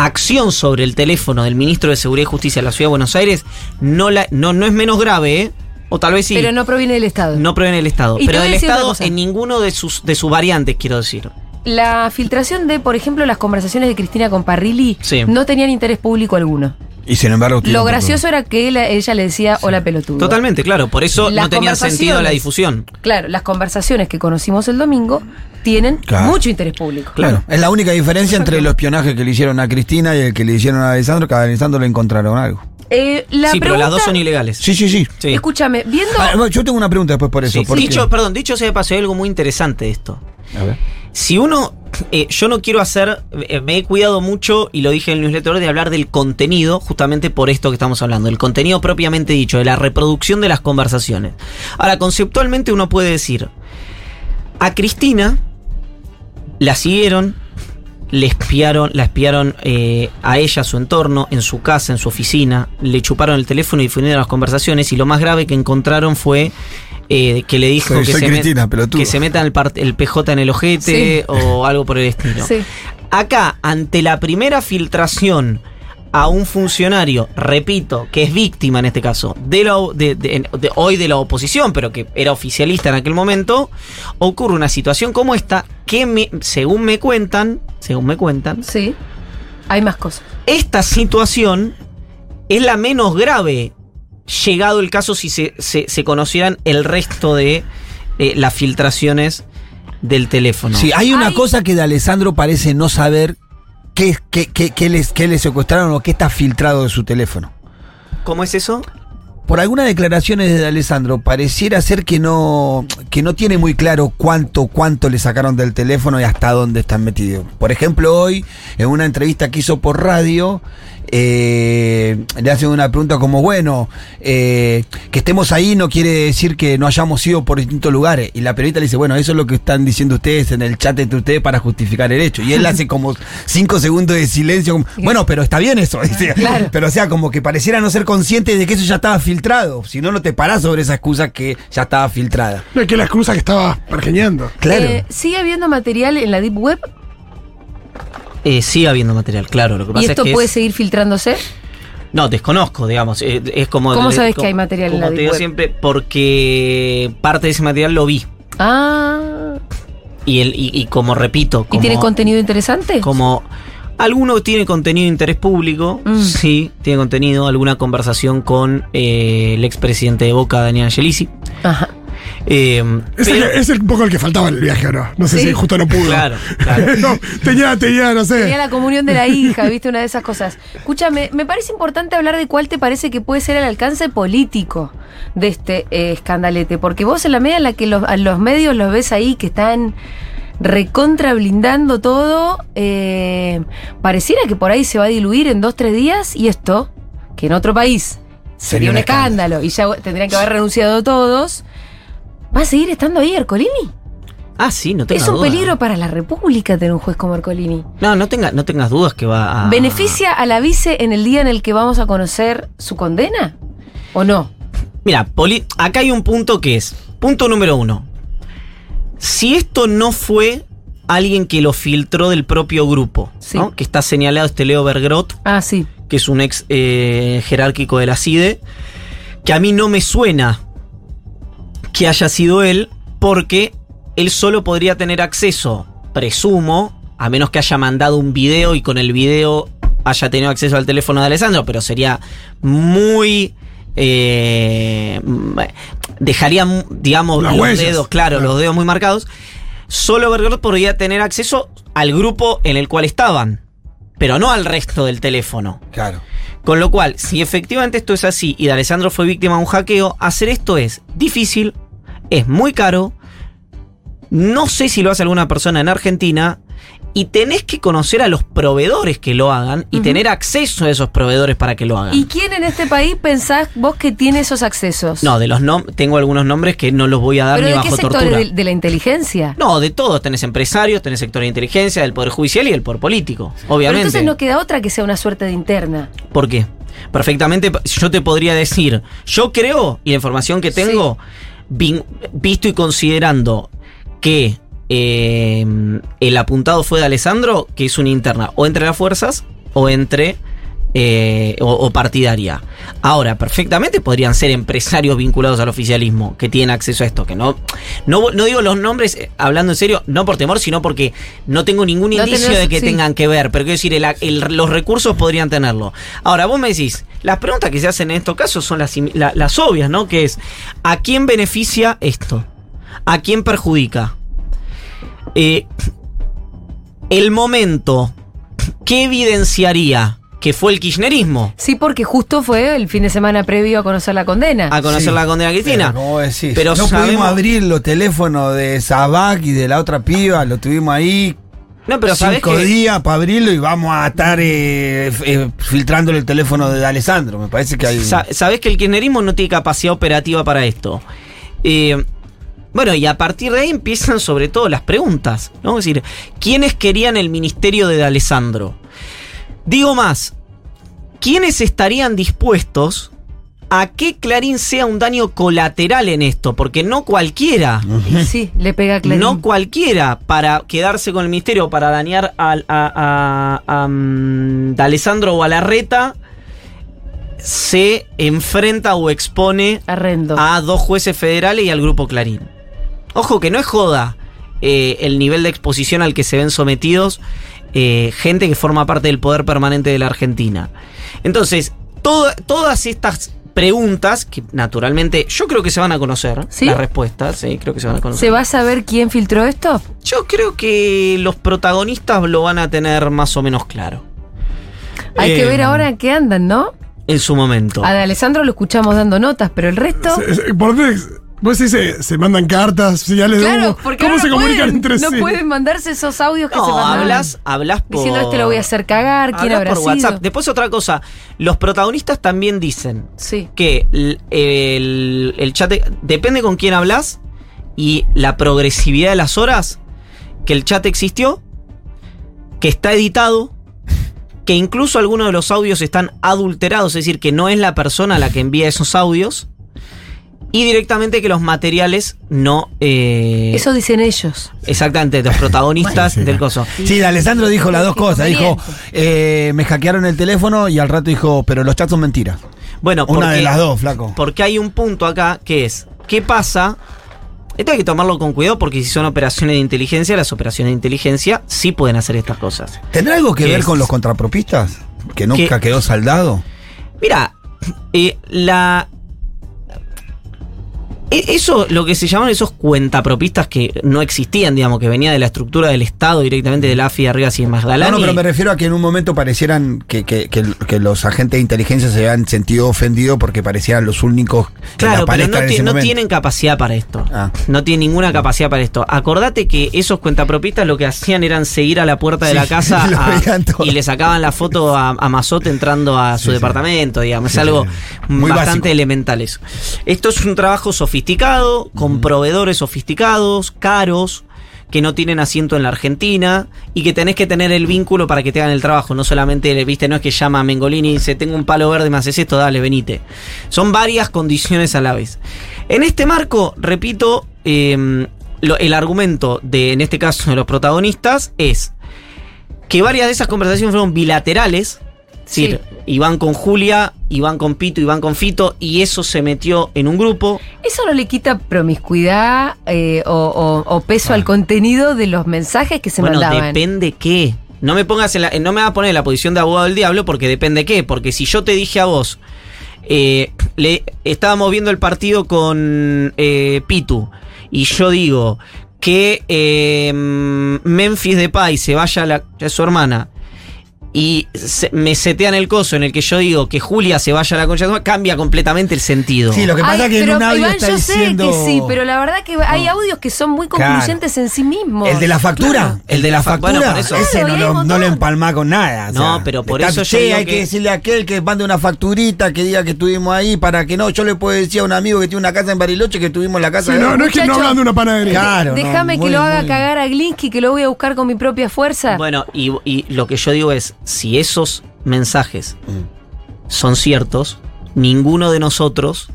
Speaker 4: acción sobre el teléfono del ministro de Seguridad y Justicia de la Ciudad de Buenos Aires no, la, no, no es menos grave, ¿eh? O tal vez sí.
Speaker 2: Pero no proviene del Estado.
Speaker 4: no proviene del Estado.
Speaker 2: Y te
Speaker 4: Pero
Speaker 2: voy a
Speaker 4: del
Speaker 2: decir otra
Speaker 4: Estado
Speaker 2: cosa.
Speaker 4: en ninguno de sus, de sus variantes, quiero decir.
Speaker 2: La filtración de, por ejemplo, las conversaciones de Cristina con Parrilli
Speaker 4: Sí.
Speaker 2: no tenían interés público alguno.
Speaker 5: Y sin embargo.
Speaker 2: Lo
Speaker 5: tuvieron que
Speaker 2: gracioso era que él- ella le decía hola pelotudo.
Speaker 4: Totalmente, claro. Por eso
Speaker 2: Las
Speaker 4: no tenía sentido la
Speaker 2: conversaciones.
Speaker 4: difusión.
Speaker 2: Claro, las conversaciones que conocimos el domingo tienen
Speaker 5: Claro.
Speaker 2: mucho interés público.
Speaker 5: Claro, es la única diferencia entre los espionajes que le hicieron a Cristina y el que le hicieron a Alessandro, que a Alessandro le encontraron algo.
Speaker 2: Eh, la
Speaker 4: sí, pero las dos
Speaker 2: pregunta-
Speaker 4: son ilegales.
Speaker 5: Sí, sí, sí.
Speaker 4: Sí.
Speaker 2: Escúchame, viendo.
Speaker 5: Ah, bueno, yo tengo una pregunta después por eso.
Speaker 4: Sí,
Speaker 5: porque-
Speaker 4: dicho, perdón, dicho sea de paso, hay algo muy interesante de esto.
Speaker 5: A ver.
Speaker 4: Si uno, eh, yo no quiero hacer, eh, me he cuidado mucho y lo dije en el newsletter de hablar del contenido, justamente por esto que estamos hablando, el contenido propiamente dicho, de la reproducción de las conversaciones. Ahora, conceptualmente uno puede decir, a Cristina la siguieron, le espiaron, la espiaron eh, a ella, a su entorno, en su casa, en su oficina, le chuparon el teléfono y difundieron las conversaciones y lo más grave que encontraron fue... eh, que le dijo
Speaker 5: Soy-
Speaker 4: que,
Speaker 5: soy
Speaker 4: se met-
Speaker 5: Cristina, pelotudo.
Speaker 4: que se metan el, part- el PJ en el ojete
Speaker 2: Sí.
Speaker 4: o algo por el estilo.
Speaker 2: Sí.
Speaker 4: Acá, ante la primera filtración a un funcionario, repito, que es víctima en este caso, de la o- de- de- de- hoy de la oposición, pero que era oficialista en aquel momento, ocurre una situación como esta que, me- según me cuentan, según me cuentan,
Speaker 2: Sí. Hay más cosas.
Speaker 4: esta situación es la menos grave, llegado el caso si se, se- se conocieran el resto de eh, las filtraciones del teléfono.
Speaker 5: Sí, hay una
Speaker 2: Hay-
Speaker 5: cosa que de Alessandro parece no saber qué, es- qué, qué, qué les- qué le secuestraron o qué está filtrado de su teléfono.
Speaker 4: ¿Cómo es eso?
Speaker 5: Por algunas declaraciones de Alessandro, pareciera ser que no, que no tiene muy claro cuánto, cuánto le sacaron del teléfono y hasta dónde están metidos. Por ejemplo, hoy, en una entrevista que hizo por radio, eh, le hacen una pregunta como, bueno, eh, que estemos ahí no quiere decir que no hayamos ido por distintos lugares. Y la periodista le dice, bueno, eso es lo que están diciendo ustedes en el chat entre ustedes para justificar el hecho. Y él hace como cinco segundos de silencio, como, bueno, pero está bien eso. (laughs) dice.
Speaker 2: Claro.
Speaker 5: Pero o sea, como que pareciera no ser consciente de que eso ya estaba filtrado. Si no, no te parás sobre esa excusa que ya estaba filtrada.
Speaker 3: No, es que la excusa que estaba pergeñando.
Speaker 2: Eh, ¿Sigue habiendo material en la Deep Web?
Speaker 4: Eh, sigue habiendo material, claro. Lo que pasa
Speaker 2: ¿Y esto
Speaker 4: es que
Speaker 2: puede
Speaker 4: es-
Speaker 2: seguir filtrándose?
Speaker 4: No, desconozco, digamos. eh, es como
Speaker 2: ¿Cómo
Speaker 4: eh,
Speaker 2: sabes
Speaker 4: co-
Speaker 2: que hay material en
Speaker 4: como
Speaker 2: la
Speaker 4: te
Speaker 2: Deep
Speaker 4: digo
Speaker 2: Web?
Speaker 4: siempre, porque parte de ese material lo vi.
Speaker 2: Ah.
Speaker 4: Y, el, y, y como repito,
Speaker 2: ¿Y
Speaker 4: como,
Speaker 2: tiene contenido interesante?
Speaker 4: como alguno tiene contenido de interés público,
Speaker 2: Mm.
Speaker 4: sí, tiene contenido, alguna conversación con eh, el expresidente de Boca, Daniel Angelisi.
Speaker 2: Ajá.
Speaker 4: Eh,
Speaker 3: Es, el,
Speaker 4: pero-
Speaker 3: es el- un poco el que faltaba en el viaje, ¿o no? No sé
Speaker 2: Sí.
Speaker 3: si justo no pudo.
Speaker 4: Claro, claro.
Speaker 3: (laughs) No, tenía, tenía, no sé.
Speaker 2: Tenía la comunión
Speaker 5: (laughs)
Speaker 2: de la hija, viste, una de esas cosas. Escúchame, me parece importante hablar de cuál te parece que puede ser el alcance político de este eh, escandalete, porque vos en la medida en la que los, a los medios los ves ahí que están recontra blindando todo, eh, pareciera que por ahí se va a diluir en dos, tres días y esto, que en otro país sería,
Speaker 5: Sería un
Speaker 2: un escándalo, y ya tendrían que haber renunciado todos, va a seguir estando ahí Ercolini.
Speaker 4: Ah, sí, no tengas
Speaker 2: Es un
Speaker 4: dudas.
Speaker 2: peligro para la República tener un juez como Ercolini.
Speaker 4: No, no, tenga- no tengas dudas que va a.
Speaker 2: ¿Beneficia a la vice en el día en el que vamos a conocer su condena? ¿O no?
Speaker 4: Mira, poli- acá hay un punto que es, punto número uno. Si esto no fue alguien que lo filtró del propio grupo,
Speaker 2: Sí.
Speaker 4: ¿no? que está señalado este Leo Bergrot,
Speaker 2: Ah, sí.
Speaker 4: que es un ex eh, jerárquico de la CIDE, E, que a mí no me suena que haya sido él, porque él solo podría tener acceso, presumo, a menos que haya mandado un video y con el video haya tenido acceso al teléfono de Alessandro, pero sería muy... eh, dejaría, digamos,
Speaker 3: Las
Speaker 4: los
Speaker 3: huellas.
Speaker 4: dedos, claro, los dedos muy marcados. Solo Bergerot podría tener acceso al grupo en el cual estaban, pero no al resto del teléfono.
Speaker 5: Claro.
Speaker 4: Con lo cual, si efectivamente esto es así y D'Alessandro fue víctima de un hackeo, hacer esto es difícil, es muy caro, no sé si lo hace alguna persona en Argentina, y tenés que conocer a los proveedores que lo hagan y
Speaker 2: Ujú.
Speaker 4: tener acceso a esos proveedores para que lo hagan.
Speaker 2: ¿Y quién en este país pensás vos que tiene esos accesos?
Speaker 4: No, de los nom- tengo algunos nombres que no los voy a dar
Speaker 2: ¿Pero
Speaker 4: ni
Speaker 2: de
Speaker 4: bajo
Speaker 2: qué sectores?
Speaker 4: tortura.
Speaker 2: ¿De, de la inteligencia?
Speaker 4: No, de todos. Tenés empresarios, tenés sector de inteligencia, del Poder Judicial y del Poder Político,
Speaker 2: Pero
Speaker 4: obviamente.
Speaker 2: entonces no queda otra que sea una suerte de interna.
Speaker 4: ¿Por qué? Perfectamente, yo te podría decir, yo creo, y la información que tengo, vin- visto y considerando que eh, el apuntado fue de Alessandro, que es una interna, o entre las fuerzas, o entre... eh, o, o partidaria. Ahora, perfectamente podrían ser empresarios vinculados al oficialismo que tienen acceso a esto, que no, no, no digo los nombres, eh, hablando en serio, no por temor, sino porque no tengo ningún
Speaker 2: No
Speaker 4: indicio
Speaker 2: tenés-
Speaker 4: de que
Speaker 2: sí.
Speaker 4: tengan que ver, pero quiero decir, el- el- los recursos podrían tenerlo. Ahora, vos me decís, las preguntas que se hacen en estos casos son las, simi- la- las obvias, ¿no? Que es, ¿a quién beneficia esto? ¿A quién perjudica? Eh, el momento, ¿qué evidenciaría? Que fue el kirchnerismo
Speaker 2: Sí, porque justo fue el fin de semana previo a conocer la condena. (laughs)
Speaker 4: a conocer
Speaker 5: Sí.
Speaker 4: la condena Cristina.
Speaker 5: Pero, ¿cómo decís?
Speaker 4: Pero
Speaker 5: no
Speaker 4: sabemos-
Speaker 5: pudimos abrir los teléfonos de Sabac y de la otra piba, lo tuvimos ahí
Speaker 4: No, pero sabés
Speaker 5: cinco
Speaker 4: que-
Speaker 5: días para abrirlo y vamos a estar eh, f- eh, filtrándole el teléfono de Alessandro. Me parece que hay.
Speaker 4: Sa- Sabés que el kirchnerismo no tiene capacidad operativa para esto. Eh, bueno, y a partir de ahí empiezan sobre todo las preguntas, ¿no? Es decir, ¿quiénes querían el ministerio de D'Alessandro? Digo más, ¿quiénes estarían dispuestos a que Clarín sea un daño colateral en esto? Porque no cualquiera.
Speaker 2: Y Sí, le pega a Clarín.
Speaker 4: No cualquiera para quedarse con el ministerio, para dañar al- a, a, a, mm, D'Alessandro o a Larreta, se enfrenta o expone
Speaker 2: Arrendo.
Speaker 4: a dos jueces federales y al grupo Clarín. Ojo que no es joda eh, el nivel de exposición al que se ven sometidos eh, gente que forma parte del poder permanente de la Argentina. Entonces, todo- todas estas preguntas, que naturalmente yo creo que se van a conocer,
Speaker 2: ¿Sí?
Speaker 4: las respuestas, sí, creo que se van a conocer.
Speaker 2: ¿Se va a saber quién filtró esto?
Speaker 4: Yo creo que los protagonistas lo van a tener más o menos claro.
Speaker 2: Hay que
Speaker 4: Eh,
Speaker 2: ver ahora qué andan, ¿no?
Speaker 4: En su momento.
Speaker 2: A Alessandro lo escuchamos dando notas, pero el resto...
Speaker 3: Se- se- ¿Por dónde? Vos decís, se, se mandan cartas, señales de
Speaker 2: Claro,
Speaker 3: humo.
Speaker 2: porque
Speaker 3: ¿Cómo
Speaker 2: no
Speaker 3: se comunican
Speaker 2: pueden,
Speaker 3: entre
Speaker 2: no
Speaker 3: sí?
Speaker 2: pueden mandarse esos audios que se
Speaker 4: No,
Speaker 2: mandan.
Speaker 4: hablas, hablas por.
Speaker 2: Diciendo este lo voy a hacer cagar, quién
Speaker 4: hablas
Speaker 2: habrá
Speaker 4: por WhatsApp.
Speaker 2: sido.
Speaker 4: Después otra cosa. Los protagonistas también dicen
Speaker 2: Sí.
Speaker 4: que l- el, el chat. de- depende con quién hablas y la progresividad de las horas. Que el chat existió. Que está editado. Que incluso algunos de los audios están adulterados, es decir, que no es la persona la que envía esos audios. Y directamente que los materiales no. eh,
Speaker 2: Eso dicen ellos.
Speaker 4: Exactamente, los protagonistas
Speaker 5: Bueno.
Speaker 4: del coso.
Speaker 5: Sí, Alessandro dijo las dos
Speaker 2: Qué
Speaker 5: cosas. Dijo,
Speaker 2: conveniente.
Speaker 5: eh, me hackearon el teléfono y al rato dijo, pero los chats son mentiras.
Speaker 4: Bueno,
Speaker 5: Una de
Speaker 4: porque-
Speaker 5: las dos, flaco.
Speaker 4: Porque hay un punto acá que es, ¿qué pasa? Esto hay que tomarlo con cuidado porque si son operaciones de inteligencia, las operaciones de inteligencia sí pueden hacer estas cosas.
Speaker 5: ¿Tendrá algo que
Speaker 4: ¿Qué
Speaker 5: ver
Speaker 4: es?
Speaker 5: con los contrapropistas? Que nunca quedó saldado.
Speaker 4: Mira, eh, la... E- Eso, lo que se llamaban esos cuentapropistas que no existían, digamos, que venía de la estructura del Estado directamente de la AFI de Argas y de
Speaker 5: No,
Speaker 4: Magdalena.
Speaker 5: no, pero me refiero a que en un momento parecieran que, que- que- que los agentes de inteligencia se habían sentido ofendidos porque parecieran los únicos que
Speaker 4: Claro,
Speaker 5: la
Speaker 4: pero
Speaker 5: palestra
Speaker 4: no,
Speaker 5: en
Speaker 4: ti-
Speaker 5: ese
Speaker 4: no
Speaker 5: momento.
Speaker 4: tienen capacidad para esto.
Speaker 5: Ah.
Speaker 4: No tienen ninguna capacidad para esto. Acordate que esos cuentapropistas lo que hacían eran seguir a la puerta de
Speaker 5: Sí, (laughs)
Speaker 4: la casa
Speaker 5: lo
Speaker 4: a-
Speaker 5: veían todo.
Speaker 4: y le sacaban la foto a, a Mazote entrando a su
Speaker 5: Sí, sí.
Speaker 4: departamento, digamos. es
Speaker 5: Sí,
Speaker 4: algo
Speaker 5: sí. Muy
Speaker 4: bastante
Speaker 5: básico.
Speaker 4: elemental eso. Esto es un trabajo sofisticado, con proveedores sofisticados, caros que no tienen asiento en la Argentina y que tenés que tener el vínculo para que te hagan el trabajo, no solamente, viste, no es que llama a Mengolini y dice, tengo un palo verde, me haces esto, dale, venite. Son varias condiciones a la vez. En este marco, repito, eh, lo- el argumento de, en este caso, de los protagonistas es que varias de esas conversaciones fueron bilaterales. Es decir, Iván con Julia, Iván con Pito, Iván con Fito, y eso se metió en un grupo.
Speaker 2: ¿Eso no le quita promiscuidad eh, o, o- o peso al contenido de los mensajes que se
Speaker 4: Ah. bueno,
Speaker 2: mandaban?
Speaker 4: depende qué. No me pongas en la- no me vas a poner en la posición de abogado del diablo porque depende qué. Porque si yo te dije a vos, eh, le, estábamos viendo el partido con eh, Pitu y yo digo que eh, Memphis Depay se vaya a, la, a su hermana y se- me setean el coso en el que yo digo que Julia se vaya a la concha de su madre, cambia completamente el sentido.
Speaker 5: Sí, lo que pasa
Speaker 2: Ay,
Speaker 5: es que en
Speaker 2: pero
Speaker 5: un audio
Speaker 2: Iván,
Speaker 5: está
Speaker 2: yo
Speaker 5: diciendo...
Speaker 2: sé que sí, pero la verdad que hay audios que son muy
Speaker 5: Claro.
Speaker 2: concluyentes en sí mismos.
Speaker 5: El de la factura, el de la
Speaker 4: fa-
Speaker 5: factura,
Speaker 4: bueno, por eso.
Speaker 5: ese
Speaker 2: Claro,
Speaker 5: no
Speaker 2: y hay
Speaker 5: lo,
Speaker 2: un
Speaker 5: no
Speaker 2: montón.
Speaker 5: lo empalmá con nada. o
Speaker 4: No,
Speaker 5: sea,
Speaker 4: pero por
Speaker 5: está-
Speaker 4: eso yo
Speaker 5: "Che,
Speaker 4: digo
Speaker 5: hay que...
Speaker 4: que-
Speaker 5: decirle a aquel que mande una facturita que diga que estuvimos ahí para que no. Yo le puedo decir a un amigo que tiene una casa en Bariloche que estuvimos en la
Speaker 3: Sí,
Speaker 5: casa de
Speaker 3: no, no es que no
Speaker 2: Muchacho.
Speaker 3: hablan de una panadería.
Speaker 5: Claro, no,
Speaker 2: Déjame que
Speaker 5: muy,
Speaker 2: lo haga
Speaker 5: muy-
Speaker 2: cagar a Glinsky, que lo voy a buscar con mi propia fuerza.
Speaker 4: Bueno, y, y lo que yo digo es, si esos mensajes son ciertos, ninguno de nosotros,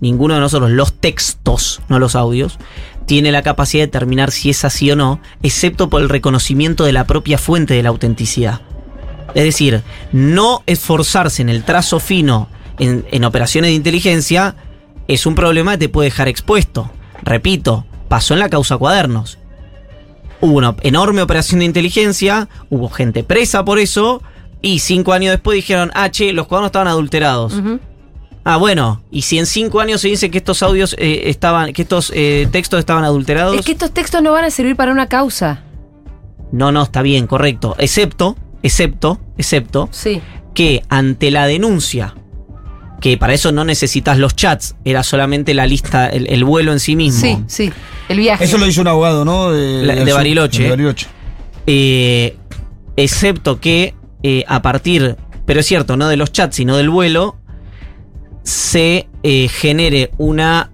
Speaker 4: ninguno de nosotros, los textos, no los audios, tiene la capacidad de determinar si es así o no, excepto por el reconocimiento de la propia fuente de la autenticidad. Es decir, no esforzarse en el trazo fino en, en operaciones de inteligencia es un problema que te puede dejar expuesto. Repito, pasó en la causa cuadernos. Hubo una enorme operación de inteligencia, hubo gente presa por eso, y cinco años después dijeron, ah, che, los cuadernos estaban adulterados.
Speaker 2: Ujú.
Speaker 4: Ah, bueno, y si en cinco años se dice que estos audios eh, estaban, que estos eh, textos estaban adulterados.
Speaker 2: Es que estos textos no van a servir para una causa.
Speaker 4: No, no, está bien, correcto. Excepto, excepto, excepto,
Speaker 2: Sí.
Speaker 4: que ante la denuncia, que para eso no necesitas los chats, era solamente la lista, el, el vuelo en sí mismo.
Speaker 2: Sí, sí. El viaje.
Speaker 5: Eso lo hizo un abogado, ¿no? De,
Speaker 4: La- de
Speaker 5: del sur,
Speaker 4: Bariloche.
Speaker 5: de Bariloche.
Speaker 4: Eh, excepto que eh, a partir, pero es cierto, no de los chats, sino del vuelo, se eh, genere una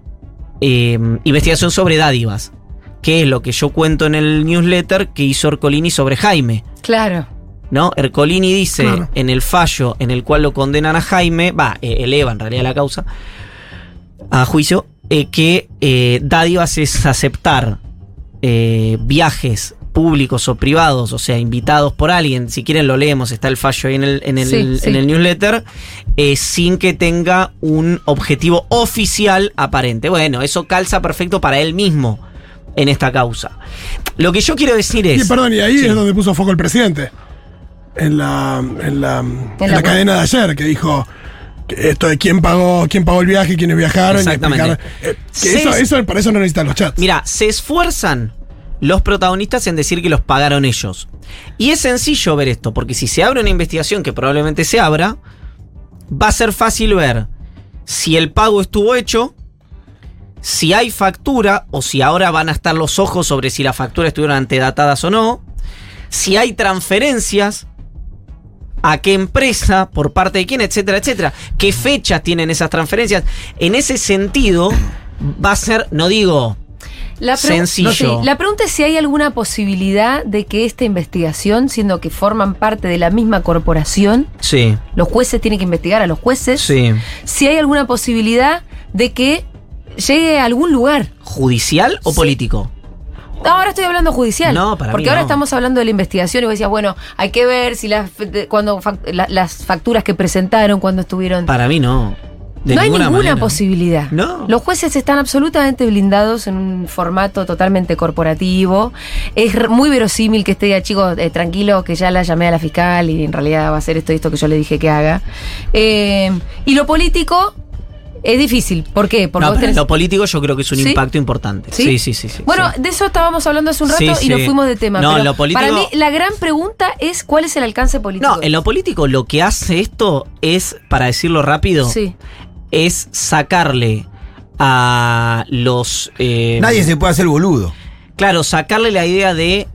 Speaker 4: eh, investigación sobre dádivas, que es lo que yo cuento en el newsletter que hizo Orcolini sobre Jaime.
Speaker 2: Claro.
Speaker 4: ¿No? Ercolini dice
Speaker 3: Claro.
Speaker 4: en el fallo en el cual lo condenan a Jaime, va, eh, eleva en realidad la causa a juicio, eh, que eh, dádivas es aceptar eh, viajes públicos o privados, o sea, invitados por alguien, si quieren lo leemos, está el fallo ahí en el, en el,
Speaker 2: Sí, sí.
Speaker 4: en el newsletter, eh, sin que tenga un objetivo oficial aparente. Bueno, eso calza perfecto para él mismo en esta causa. Lo que yo quiero decir es...
Speaker 3: Y perdón, y ahí
Speaker 4: Sí.
Speaker 3: es donde puso foco el presidente. En la, en la, en la
Speaker 2: la-
Speaker 3: cadena de ayer, que dijo que esto de quién pagó, quién pagó el viaje, quiénes viajaron. y
Speaker 4: Exactamente.
Speaker 3: explicar- eh, que
Speaker 4: Sí,
Speaker 3: eso,
Speaker 4: sí.
Speaker 3: eso- para eso no necesitan los chats.
Speaker 4: Mira, se esfuerzan los protagonistas en decir que los pagaron ellos. Y es sencillo ver esto, porque si se abre una investigación, que probablemente se abra, va a ser fácil ver si el pago estuvo hecho, si hay factura, o si ahora van a estar los ojos sobre si las facturas estuvieron antedatadas o no, si hay transferencias, a qué empresa, por parte de quién, etcétera, etcétera. ¿Qué fechas tienen esas transferencias? En ese sentido, va a ser, no digo,
Speaker 2: La pregu-
Speaker 4: Sencillo.
Speaker 2: sí, La pregunta es si hay alguna posibilidad de que esta investigación, siendo que forman parte de la misma corporación,
Speaker 4: Sí,
Speaker 2: los jueces tienen que investigar a los jueces,
Speaker 4: sí.
Speaker 2: si hay alguna posibilidad de que llegue a algún lugar.
Speaker 4: ¿Judicial o político?
Speaker 2: No, ahora estoy hablando judicial.
Speaker 4: No, para
Speaker 2: Porque
Speaker 4: mí
Speaker 2: ahora
Speaker 4: no.
Speaker 2: estamos hablando de la investigación y vos decías, bueno, hay que ver si las, fe- de- cuando fac- la- las facturas que presentaron, cuando estuvieron.
Speaker 4: Para mí no. De
Speaker 2: no hay ninguna
Speaker 4: manera.
Speaker 2: posibilidad.
Speaker 4: No.
Speaker 2: Los jueces están absolutamente blindados en un formato totalmente corporativo. Es r- muy verosímil que esté diga, chicos, eh, tranquilo, que ya la llamé a la fiscal y en realidad va a hacer esto y esto que yo le dije que haga. Eh, y lo político, Es difícil. ¿Por qué? Porque
Speaker 4: No,
Speaker 2: vos
Speaker 4: pero en
Speaker 2: tenés-
Speaker 4: lo político yo creo que es un
Speaker 2: ¿Sí?
Speaker 4: impacto importante.
Speaker 2: ¿Sí?
Speaker 4: Sí, sí, sí. sí,
Speaker 2: Bueno,
Speaker 4: sí.
Speaker 2: de eso estábamos hablando hace un rato
Speaker 4: Sí,
Speaker 2: y nos
Speaker 4: sí.
Speaker 2: fuimos de tema.
Speaker 4: No,
Speaker 2: pero
Speaker 4: en lo político-
Speaker 2: Para mí, la gran pregunta es cuál es el alcance político.
Speaker 4: no, en lo político lo que hace esto es, para decirlo rápido,
Speaker 2: Sí.
Speaker 4: es sacarle a los... eh,
Speaker 5: Nadie se puede hacer boludo.
Speaker 4: Claro, sacarle la idea de...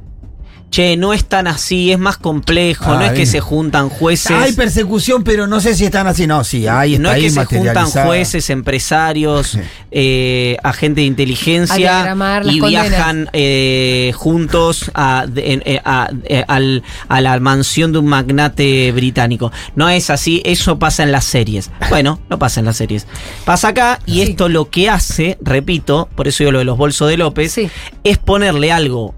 Speaker 4: Che, no es tan así, es más complejo, no
Speaker 5: Ah,
Speaker 4: es que
Speaker 5: bien.
Speaker 4: se juntan jueces.
Speaker 5: Hay persecución, pero no sé si están así. No, sí, hay está
Speaker 4: no es
Speaker 5: ahí
Speaker 4: que se juntan
Speaker 5: materializada.
Speaker 4: jueces, empresarios, eh, agentes de
Speaker 2: A
Speaker 4: inteligencia
Speaker 2: diagramar las
Speaker 4: y
Speaker 2: condenas.
Speaker 4: viajan eh, juntos a, de- en- eh, a- eh, al- a la mansión de un magnate británico. No es así, eso pasa en las series. Bueno, no pasa en las series. Pasa acá y esto lo que hace, repito, por eso yo lo de los bolsos de López,
Speaker 2: Sí.
Speaker 4: es ponerle algo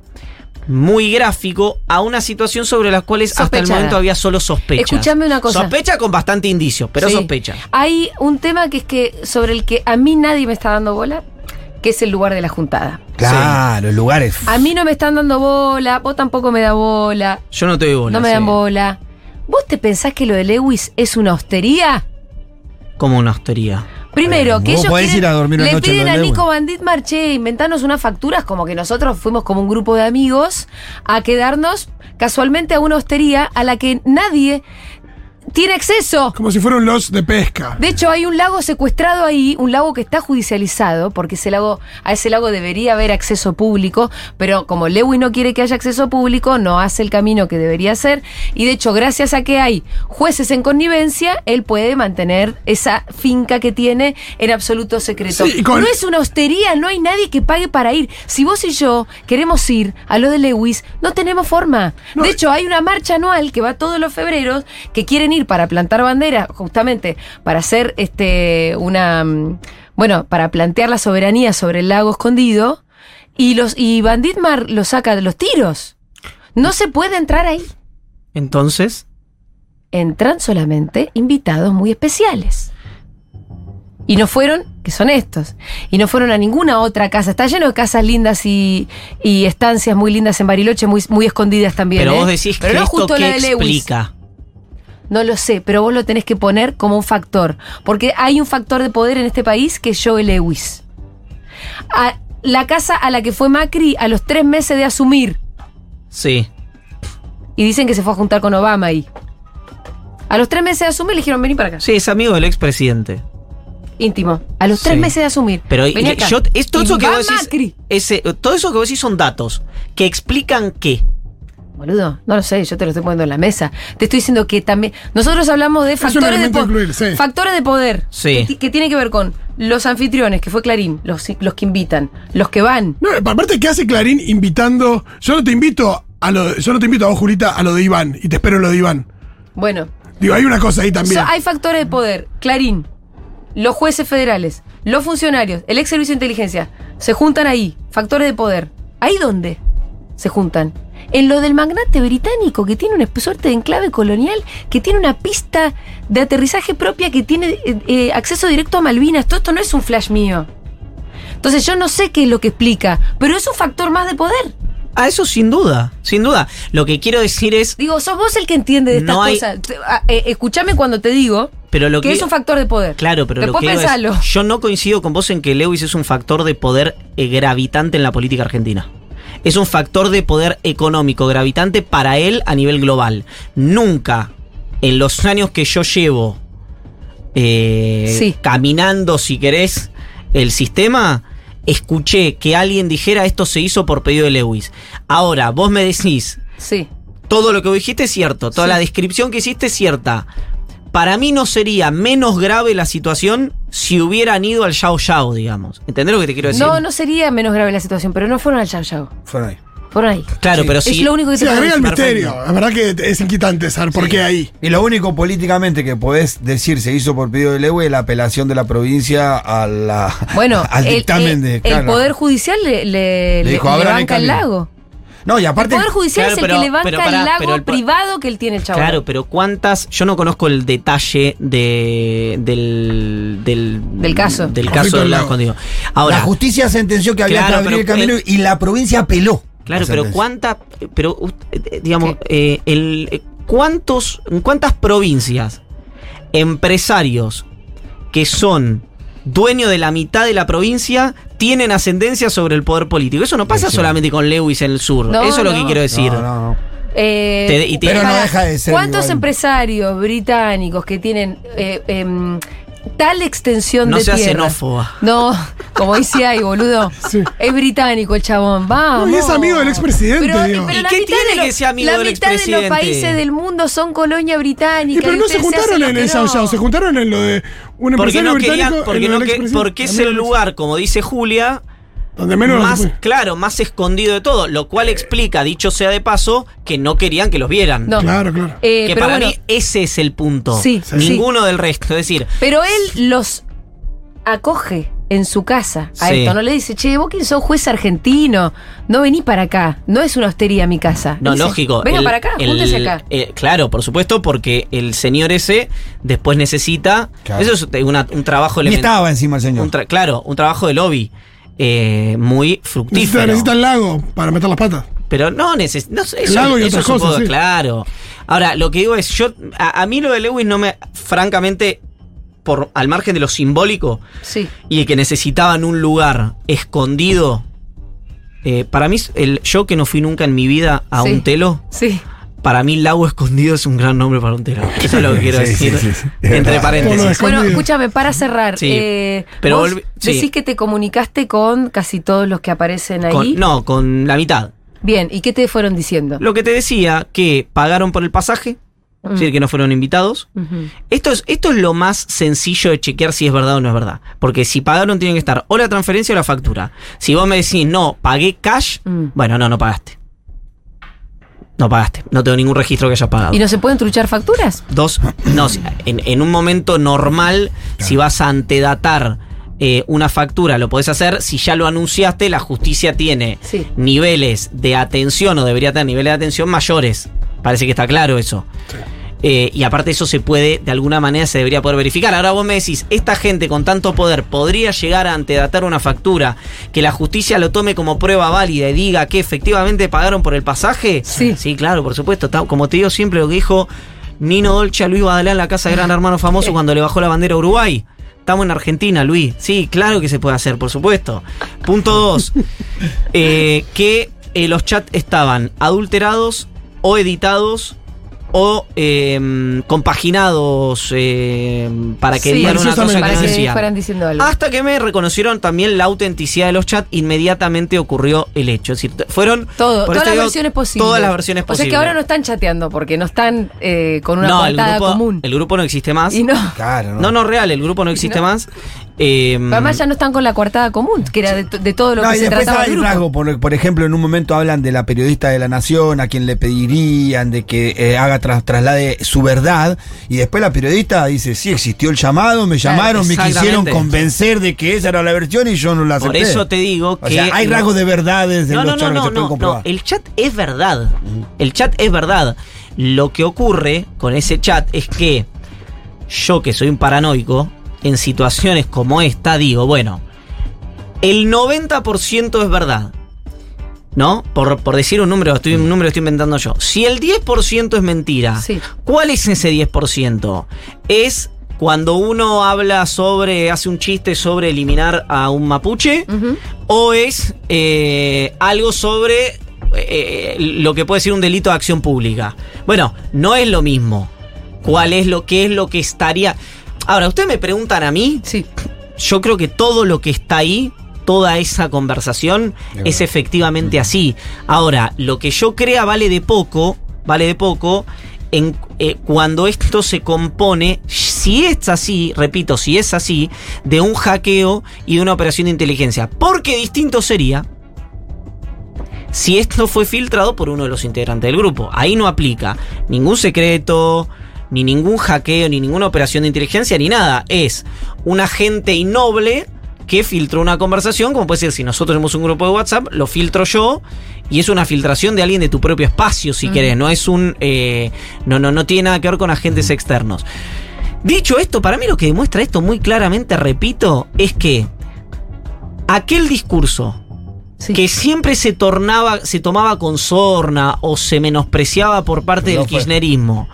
Speaker 4: muy gráfico a una situación sobre las cuales hasta
Speaker 2: Sospechada.
Speaker 4: el momento había solo sospechas.
Speaker 2: Escuchame una cosa.
Speaker 4: Sospecha con bastante indicio, pero
Speaker 2: Sí.
Speaker 4: sospecha.
Speaker 2: Hay un tema que es que sobre el que a mí nadie me está dando bola, que es el lugar de la juntada.
Speaker 5: Claro, los lugares.
Speaker 2: A mí no me están dando bola, vos tampoco me da bola,
Speaker 4: Yo no te doy bola.
Speaker 2: no me dan
Speaker 4: sí.
Speaker 2: bola. ¿Vos te pensás que lo de Lewis es una hostería?
Speaker 4: Como una hostería.
Speaker 2: Primero,
Speaker 5: Bueno,
Speaker 2: que
Speaker 5: Eh, vos
Speaker 2: ellos
Speaker 5: podés
Speaker 2: quieren-
Speaker 5: ir a dormir una
Speaker 2: le
Speaker 5: noche a
Speaker 2: piden
Speaker 5: lo
Speaker 2: a
Speaker 5: de Lewis.
Speaker 2: Nico Bandit Marché, inventanos unas facturas como que nosotros fuimos como un grupo de amigos a quedarnos casualmente a una hostería a la que nadie tiene acceso.
Speaker 3: Como si fuera un los de pesca.
Speaker 2: De hecho, hay un lago secuestrado ahí, un lago que está judicializado, porque ese lago, a ese lago debería haber acceso público, pero como Lewy no quiere que haya acceso público, no hace el camino que debería hacer. Y de hecho, gracias a que hay jueces en connivencia, él puede mantener esa finca que tiene en absoluto secreto.
Speaker 3: Sí, y con-
Speaker 2: No es una hostería, no hay nadie que pague para ir. Si vos y yo queremos ir a lo de Lewis, no tenemos forma.
Speaker 3: No,
Speaker 2: de hecho, hay una marcha anual que va todos los febreros que quieren ir para plantar bandera, justamente para hacer este una mm, bueno, para plantear la soberanía sobre el lago escondido y los y Banditmar lo saca de los tiros. No se puede entrar ahí.
Speaker 4: Entonces,
Speaker 2: Entran solamente invitados muy especiales. Y no fueron, que son estos, y no fueron a ninguna otra casa. Está lleno de casas lindas y, y estancias muy lindas en Bariloche, muy, muy escondidas también.
Speaker 4: pero vos
Speaker 2: ¿eh?
Speaker 4: decís
Speaker 2: Pero
Speaker 4: que
Speaker 2: no
Speaker 4: esto
Speaker 2: justo
Speaker 4: que
Speaker 2: la de Lewis.
Speaker 4: explica.
Speaker 2: No lo sé, pero vos lo tenés que poner como un factor. Porque hay un factor de poder en este país que es Joe Lewis. A- la casa a la que fue Macri a los tres meses de asumir.
Speaker 4: Sí.
Speaker 2: Y dicen que se fue a juntar con Obama ahí. A los tres meses de asumir le dijeron, vení para acá.
Speaker 4: Sí, es amigo del expresidente.
Speaker 2: Íntimo. A los tres
Speaker 4: Sí.
Speaker 2: meses de asumir.
Speaker 4: Pero y-
Speaker 2: Vení acá.
Speaker 4: yo, es todo
Speaker 2: Y
Speaker 4: eso que
Speaker 2: va
Speaker 4: vos decís.
Speaker 2: Macri.
Speaker 4: ese- todo eso que vos decís son datos que explican qué.
Speaker 2: Boludo, no lo sé, yo te lo estoy poniendo en la mesa. Te estoy diciendo que también. Nosotros hablamos de
Speaker 3: un
Speaker 2: factores, de,
Speaker 3: elemento
Speaker 2: po-
Speaker 3: a incluir, sí.
Speaker 2: factores de poder.
Speaker 4: Sí.
Speaker 2: Que, ti- que tiene que ver con los anfitriones, que fue Clarín, los, los que invitan, los que van.
Speaker 3: No, aparte, ¿qué hace Clarín invitando? Yo no te invito a lo de- yo no te invito a vos, Julita, a lo de Iván, y te espero en lo de Iván.
Speaker 2: Bueno,
Speaker 3: Digo, hay una cosa ahí también.
Speaker 2: so- hay factores de poder. Clarín, los jueces federales, los funcionarios, el ex servicio de inteligencia, se juntan ahí. Factores de poder. ¿Ahí dónde se juntan? En lo del magnate británico, que tiene una esp- suerte de enclave colonial, que tiene una pista de aterrizaje propia, que tiene eh, eh, acceso directo a Malvinas. Todo esto no es un flash mío. Entonces yo no sé qué es lo que explica, pero es un factor más de poder.
Speaker 4: A Ah, eso sin duda, sin duda. Lo que quiero decir es,
Speaker 2: Digo, sos vos el que entiende de estas
Speaker 4: No hay-
Speaker 2: cosas. Te- a- eh, Escuchame cuando te digo
Speaker 4: pero lo
Speaker 2: que,
Speaker 4: que,
Speaker 2: es un factor de poder.
Speaker 4: Claro, pero
Speaker 2: Después
Speaker 4: lo que digo es,
Speaker 2: pensalo.
Speaker 4: yo no coincido con vos en que Lewis es un factor de poder eh, gravitante en la política argentina. Es un factor de poder económico gravitante para él a nivel global. Nunca en los años que yo llevo eh,
Speaker 2: Sí.
Speaker 4: caminando, si querés, el sistema, escuché que alguien dijera esto se hizo por pedido de Lewis. Ahora, vos me decís,
Speaker 2: Sí.
Speaker 4: todo lo que vos dijiste es cierto, toda
Speaker 2: Sí.
Speaker 4: la descripción que hiciste es cierta. Para mí no sería menos grave la situación si hubieran ido al Yao Yao, digamos. ¿Entendés lo que te quiero decir?
Speaker 2: No, no sería menos grave la situación, pero no fueron al Yao Yao.
Speaker 5: Fueron ahí.
Speaker 2: Fueron ahí.
Speaker 4: Claro, pero sí.
Speaker 2: Es lo único que
Speaker 3: Sí,
Speaker 2: te puedo
Speaker 3: agrega el
Speaker 2: decir.
Speaker 3: misterio. La verdad que es inquietante saber por qué ahí.
Speaker 5: Y lo único políticamente que podés decir se hizo por pedido de Lewe es la apelación de la provincia a la,
Speaker 2: Bueno,
Speaker 5: (laughs) al
Speaker 2: el,
Speaker 5: dictamen
Speaker 2: el-
Speaker 5: de.
Speaker 2: el
Speaker 5: claro.
Speaker 2: Poder Judicial le, le,
Speaker 5: Le
Speaker 2: le-
Speaker 5: dijo,
Speaker 2: le
Speaker 5: "Abran el
Speaker 2: banca el
Speaker 5: camino".
Speaker 2: lago.
Speaker 5: No, y
Speaker 2: El
Speaker 5: aparte.
Speaker 2: Poder Judicial
Speaker 4: Claro,
Speaker 2: es el
Speaker 4: pero-
Speaker 2: que le banca
Speaker 4: pero pará,
Speaker 2: el lago
Speaker 4: pero el po-
Speaker 2: privado que él tiene, chaval.
Speaker 4: Claro, pero ¿cuántas? Yo no conozco el detalle de, del, del,
Speaker 2: Del caso.
Speaker 4: Del
Speaker 3: Conflicto
Speaker 4: caso del
Speaker 3: del
Speaker 4: lago
Speaker 3: lago.
Speaker 4: escondido. Ahora,
Speaker 5: la justicia sentenció que había
Speaker 4: Claro,
Speaker 5: que abrir el
Speaker 4: pero,
Speaker 5: camino
Speaker 4: eh,
Speaker 5: y la provincia apeló.
Speaker 4: Claro,
Speaker 5: la
Speaker 4: pero
Speaker 5: sentencia.
Speaker 4: cuántas, pero uh, eh, digamos, eh, el, eh, cuántos, en cuántas provincias, empresarios que son dueño de la mitad de la provincia, tienen ascendencia sobre el poder político. Eso no pasa
Speaker 5: Sí, sí.
Speaker 4: solamente con Lewis en el sur.
Speaker 2: No,
Speaker 4: Eso es lo
Speaker 2: no.
Speaker 4: que quiero decir.
Speaker 5: No, no, no.
Speaker 2: Eh,
Speaker 4: Te- y te-
Speaker 5: Pero no
Speaker 2: pará,
Speaker 5: deja de ser
Speaker 2: ¿Cuántos
Speaker 5: igual.
Speaker 2: empresarios británicos que tienen eh, em, tal extensión
Speaker 4: No
Speaker 2: de
Speaker 4: seas
Speaker 2: tierras?
Speaker 4: xenófoba.
Speaker 2: No, como dice ahí, boludo.
Speaker 3: (laughs) Sí.
Speaker 2: Es británico el chabón, vamos.
Speaker 3: No, y es amigo del expresidente,
Speaker 2: Pero-
Speaker 3: digo.
Speaker 2: pero
Speaker 4: ¿Y
Speaker 2: la
Speaker 4: qué
Speaker 2: mitad
Speaker 4: tiene
Speaker 2: de los-
Speaker 4: que sea amigo
Speaker 2: La
Speaker 4: del
Speaker 2: mitad de los
Speaker 4: expresidente?
Speaker 2: países del mundo son colonia británica.
Speaker 3: Y pero
Speaker 2: y
Speaker 3: no se
Speaker 2: ustedes hacen
Speaker 3: juntaron
Speaker 2: lo
Speaker 3: en
Speaker 2: que
Speaker 3: el Sao
Speaker 2: no.
Speaker 3: Sao, se juntaron en lo de un
Speaker 4: Porque
Speaker 3: empresario
Speaker 4: no quería,
Speaker 3: británico. en
Speaker 4: porque,
Speaker 3: lo
Speaker 4: no
Speaker 3: del
Speaker 4: que-
Speaker 3: expresidente.
Speaker 4: porque es el lugar, como dice Julia,
Speaker 3: Donde menos pues.
Speaker 4: más,
Speaker 3: se puede.
Speaker 4: claro, más escondido de todo, lo cual explica, dicho sea de paso, que no querían que los vieran.
Speaker 2: No.
Speaker 3: Claro, claro.
Speaker 2: Eh,
Speaker 4: que
Speaker 2: pero
Speaker 4: para
Speaker 2: bueno,
Speaker 4: mí ese es el punto.
Speaker 2: Sí, sí.
Speaker 4: Ninguno del resto. Es decir,
Speaker 2: Pero él los acoge en su casa a
Speaker 4: Sí.
Speaker 2: esto. No le dice, che, vos quién sos juez argentino, no vení para acá. No es una hostería mi casa.
Speaker 4: no,
Speaker 2: Dice,
Speaker 4: lógico.
Speaker 2: Venga
Speaker 4: el-
Speaker 2: para acá,
Speaker 4: el-
Speaker 2: júntese acá.
Speaker 4: eh, claro, por supuesto, porque el señor ese después necesita.
Speaker 5: Claro.
Speaker 4: Eso es una- un trabajo
Speaker 5: Ni
Speaker 4: elemental.
Speaker 5: estaba encima el señor.
Speaker 4: Un tra- claro, un trabajo de lobby eh, muy
Speaker 3: Necesita,
Speaker 4: fructífero.
Speaker 3: necesita el lago para meter las patas.
Speaker 4: Pero no, neces no sé, eso,
Speaker 3: lago y
Speaker 4: eso
Speaker 3: otras
Speaker 4: supongo,
Speaker 3: cosas, sí.
Speaker 4: claro. Ahora, lo que digo es, yo a, a mí lo de Lewis no me, francamente, por al margen de lo simbólico
Speaker 2: Sí.
Speaker 4: y de que necesitaban un lugar escondido, eh, para mí el, yo que no fui nunca en mi vida a
Speaker 2: Sí.
Speaker 4: un telo,
Speaker 2: Sí.
Speaker 4: para mí lago escondido es un gran nombre para un
Speaker 5: (laughs)
Speaker 4: telo. Eso es lo que quiero
Speaker 5: Sí,
Speaker 4: decir.
Speaker 5: sí, sí, sí. Es
Speaker 4: Entre
Speaker 5: verdad.
Speaker 4: paréntesis.
Speaker 3: Escondido.
Speaker 2: Bueno, escúchame, para cerrar.
Speaker 4: Sí,
Speaker 2: eh,
Speaker 4: pero
Speaker 2: vos
Speaker 4: volvi- sí.
Speaker 2: decís que te comunicaste con casi todos los que aparecen ahí.
Speaker 4: Con- no, con la mitad.
Speaker 2: Bien, ¿y qué te fueron diciendo?
Speaker 4: Lo que te decía, que pagaron por el pasaje,
Speaker 5: Mm.
Speaker 4: es decir, que no fueron invitados.
Speaker 2: Ujú.
Speaker 4: Esto es, esto es lo más sencillo de chequear si es verdad o no es verdad. Porque si pagaron, tienen que estar o la transferencia o la factura. Si vos me decís, no, pagué cash,
Speaker 2: Mm.
Speaker 4: bueno, no, no pagaste. No pagaste. No tengo ningún registro que hayas pagado.
Speaker 2: ¿Y no se pueden truchar facturas?
Speaker 4: Dos, no, si- en, en un momento normal, si vas a antedatar eh, una factura, lo podés hacer. Si ya lo anunciaste, la justicia tiene
Speaker 2: Sí.
Speaker 4: niveles de atención o debería tener niveles de atención mayores. Parece que está claro eso. Eh, y aparte eso se puede, de alguna manera se debería poder verificar. Ahora vos me decís, esta gente con tanto poder podría llegar a antedatar una factura, que la justicia lo tome como prueba válida y diga que efectivamente pagaron por el pasaje.
Speaker 2: Sí.
Speaker 4: Sí, claro, por supuesto. Ta- Como te digo siempre lo que dijo Nino Dolce a Luis Badalá en la casa de Gran Hermano Famoso cuando le bajó la bandera a Uruguay. Estamos en Argentina, Luis. Sí, claro que se puede hacer, por supuesto. Punto dos. eh, que eh, los chats estaban adulterados o editados o eh, compaginados eh, para que
Speaker 2: Sí,
Speaker 4: digan una cosa
Speaker 2: para
Speaker 4: que
Speaker 3: maliciosamente.
Speaker 4: no
Speaker 2: que
Speaker 4: decían.
Speaker 2: fueran diciendo algo.
Speaker 4: Hasta que me reconocieron también la autenticidad de los chats, inmediatamente ocurrió el hecho. Es decir, t- fueron
Speaker 2: Todo,
Speaker 4: por
Speaker 2: todas
Speaker 4: eso
Speaker 2: las
Speaker 4: digo,
Speaker 2: versiones posibles.
Speaker 4: Todas las versiones
Speaker 2: O sea
Speaker 4: posibles.
Speaker 2: que ahora no están chateando porque no están eh, con una
Speaker 4: No, el
Speaker 2: portada
Speaker 4: grupo,
Speaker 2: común.
Speaker 4: el grupo no existe más.
Speaker 2: Y no.
Speaker 5: Claro,
Speaker 4: No, no, real, el grupo no existe
Speaker 2: (laughs) No.
Speaker 4: más. Eh,
Speaker 2: Además ya no están con la coartada común, que era de, to- de todo lo
Speaker 5: No,
Speaker 2: que
Speaker 5: y
Speaker 2: se
Speaker 5: después
Speaker 2: trataba
Speaker 5: hay
Speaker 2: el grupo.
Speaker 5: rasgos, por, por ejemplo, en un momento hablan de la periodista de la Nación, a quien le pedirían de que eh, haga tras- traslade su verdad, y después la periodista dice, sí, existió el llamado, me
Speaker 2: Claro,
Speaker 5: llamaron, me quisieron
Speaker 4: exactamente.
Speaker 5: convencer de que esa era la versión y yo no la
Speaker 4: por
Speaker 5: acepté.
Speaker 4: eso te digo
Speaker 5: O
Speaker 4: que.
Speaker 5: sea, hay rasgos de verdades en
Speaker 4: No, no,
Speaker 5: los
Speaker 4: no,
Speaker 5: charlas que
Speaker 4: no,
Speaker 5: se pueden
Speaker 4: no,
Speaker 5: comprobar.
Speaker 4: no, El chat es verdad. El chat es verdad. Lo que ocurre con ese chat es que yo, que soy un paranoico, en situaciones como esta, digo, bueno, el 90% es verdad. ¿No? Por, por decir un número, estoy, un número que estoy inventando yo. Si el 10% es mentira,
Speaker 2: Sí.
Speaker 4: ¿cuál es ese 10%? Es cuando uno habla sobre, hace un chiste sobre eliminar a un mapuche,
Speaker 2: Ujú.
Speaker 4: o es eh, algo sobre eh, lo que puede ser un delito de acción pública. Bueno, no es lo mismo. ¿Cuál es lo que es lo que estaría? Ahora, ustedes me preguntan a mí,
Speaker 2: Sí.
Speaker 4: yo creo que todo lo que está ahí, toda esa conversación,
Speaker 5: De
Speaker 4: es
Speaker 5: verdad.
Speaker 4: efectivamente así. Ahora, lo que yo crea vale de poco, vale de poco. En, eh, cuando esto se compone, si es así, repito, si es así, de un hackeo y de una operación de inteligencia. Porque distinto sería si esto fue filtrado por uno de los integrantes del grupo. Ahí no aplica ningún secreto, ni ningún hackeo, ni ninguna operación de inteligencia, ni nada. Es un agente innoble que filtró una conversación, como puede ser si nosotros tenemos un grupo de WhatsApp, lo filtro yo y es una filtración de alguien de tu propio espacio, si querés. No es un. eh, no, no, no tiene nada que ver con agentes externos. Dicho esto, para mí lo que demuestra esto muy claramente, repito, es que aquel discurso
Speaker 2: Sí.
Speaker 4: que siempre se tornaba, se tomaba con sorna o se menospreciaba por parte
Speaker 5: No
Speaker 4: del
Speaker 5: fue.
Speaker 4: kirchnerismo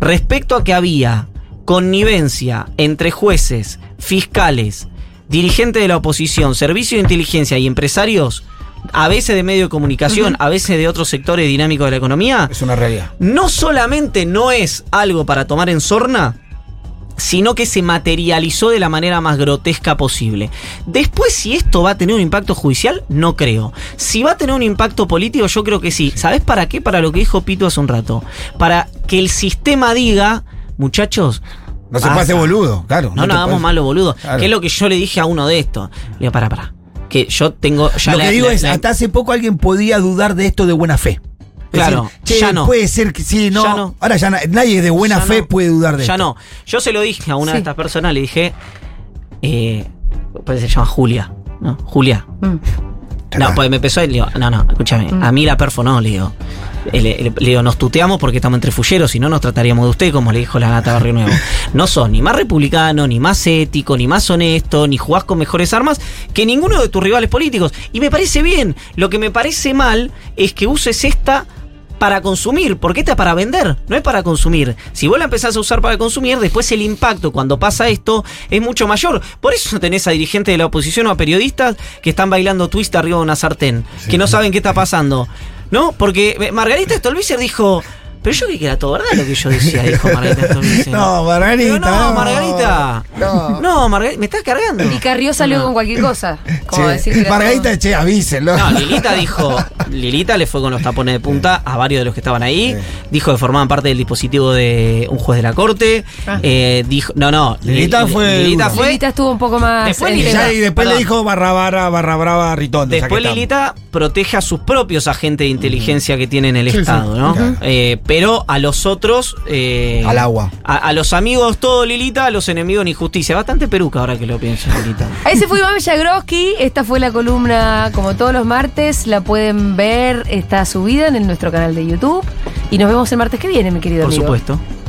Speaker 4: respecto a que había connivencia entre jueces, fiscales, dirigente de la oposición, servicio de inteligencia y empresarios, a veces de medio de comunicación, a veces de otros sectores dinámicos de la economía,
Speaker 5: Es una realidad.
Speaker 4: no solamente no es algo para tomar en sorna, sino que se materializó de la manera más grotesca posible. Después, si esto va a tener un impacto judicial, no creo. Si va a tener un impacto político, yo creo que sí. ¿Sabés para qué? Para lo que dijo Pito hace un rato. Para que el sistema diga, muchachos,
Speaker 5: No se
Speaker 4: Basta.
Speaker 5: pase boludo, claro.
Speaker 4: no,
Speaker 5: te
Speaker 4: nos hagamos
Speaker 5: pases.
Speaker 4: malo, boludo.
Speaker 5: Claro.
Speaker 4: Que es lo que yo le dije a uno de estos. Le digo, para, para. Que yo tengo ya
Speaker 5: lo
Speaker 4: la-
Speaker 5: que digo
Speaker 4: la-
Speaker 5: es,
Speaker 4: la-
Speaker 5: hasta hace poco alguien podía dudar de esto de buena fe. Es
Speaker 4: Claro,
Speaker 5: decir, che,
Speaker 4: ya no.
Speaker 5: Puede ser que sí, no.
Speaker 4: Ya no.
Speaker 5: Ahora ya na- nadie de buena
Speaker 4: Ya
Speaker 5: fe
Speaker 4: no.
Speaker 5: puede dudar de
Speaker 4: Ya
Speaker 5: esto.
Speaker 4: no. Yo se lo dije a una
Speaker 2: Sí.
Speaker 4: de estas personas, le dije. Eh, parece que se llama Julia. ¿no? Julia.
Speaker 2: Mm.
Speaker 4: No, pues me empezó y le digo, no, no, escúchame,
Speaker 2: Mm.
Speaker 4: a mí la perfo no, le digo. Eh, Le, le- le digo, nos tuteamos porque estamos entre fulleros, si no nos trataríamos de usted, como le dijo la gata Barrio
Speaker 5: (laughs)
Speaker 4: Nuevo. No sos ni más republicano, ni más ético, ni más honesto, ni jugás con mejores armas que ninguno de tus rivales políticos. Y me parece bien, lo que me parece mal es que uses esta para consumir, porque esta es para vender, no es para consumir. Si vos la empezás a usar para consumir, después el impacto cuando pasa esto es mucho mayor. Por eso tenés a dirigentes de la oposición o a periodistas que están bailando twist arriba de una sartén, que no saben qué está pasando. ¿No? Porque eh, Margarita Stolbizer dijo, pero yo creí que era todo verdad lo que yo decía, dijo Margarita Stolbizer.
Speaker 5: (laughs) No, Margarita,
Speaker 4: Pero no,
Speaker 5: no.
Speaker 4: Margarita.
Speaker 5: No.
Speaker 4: No, Margarita, me estás cargando.
Speaker 2: Y Carrió salió
Speaker 4: No.
Speaker 2: con cualquier
Speaker 5: (laughs)
Speaker 2: cosa. Como
Speaker 5: Che,
Speaker 2: decir que era
Speaker 5: Margarita,
Speaker 2: todo-
Speaker 5: che, avísenlo.
Speaker 4: No, Lilita dijo, Lilita le fue con los tapones de punta a varios de los que estaban ahí, dijo que formaban parte del dispositivo de un juez de la corte,
Speaker 2: Ah.
Speaker 4: eh, dijo, no, no,
Speaker 5: Lilita
Speaker 4: Li-
Speaker 5: fue
Speaker 4: Lilita
Speaker 5: dura.
Speaker 4: fue,
Speaker 2: Lilita estuvo un poco más.
Speaker 4: Después
Speaker 2: eh,
Speaker 5: (laughs) Y ya, y
Speaker 4: Lilita-
Speaker 5: después le
Speaker 4: perdón.
Speaker 5: dijo barra barra, barra brava, ritondo. ya que
Speaker 4: después
Speaker 5: estamos.
Speaker 4: Lilita protege a sus propios agentes de inteligencia que tiene en el
Speaker 3: Sí, sí.
Speaker 4: Estado, ¿no?
Speaker 5: Claro.
Speaker 4: Eh, pero a los otros... eh,
Speaker 5: Al agua.
Speaker 4: A, a los amigos todo Lilita, a los enemigos ni justicia. Bastante peruca ahora que lo pienso, Lilita.
Speaker 2: Ese fue Iván Villagroski, esta fue la columna como todos los martes, la pueden ver, está subida en el- nuestro canal de YouTube y nos vemos el martes que viene, mi querido
Speaker 4: Por
Speaker 2: amigo.
Speaker 4: supuesto.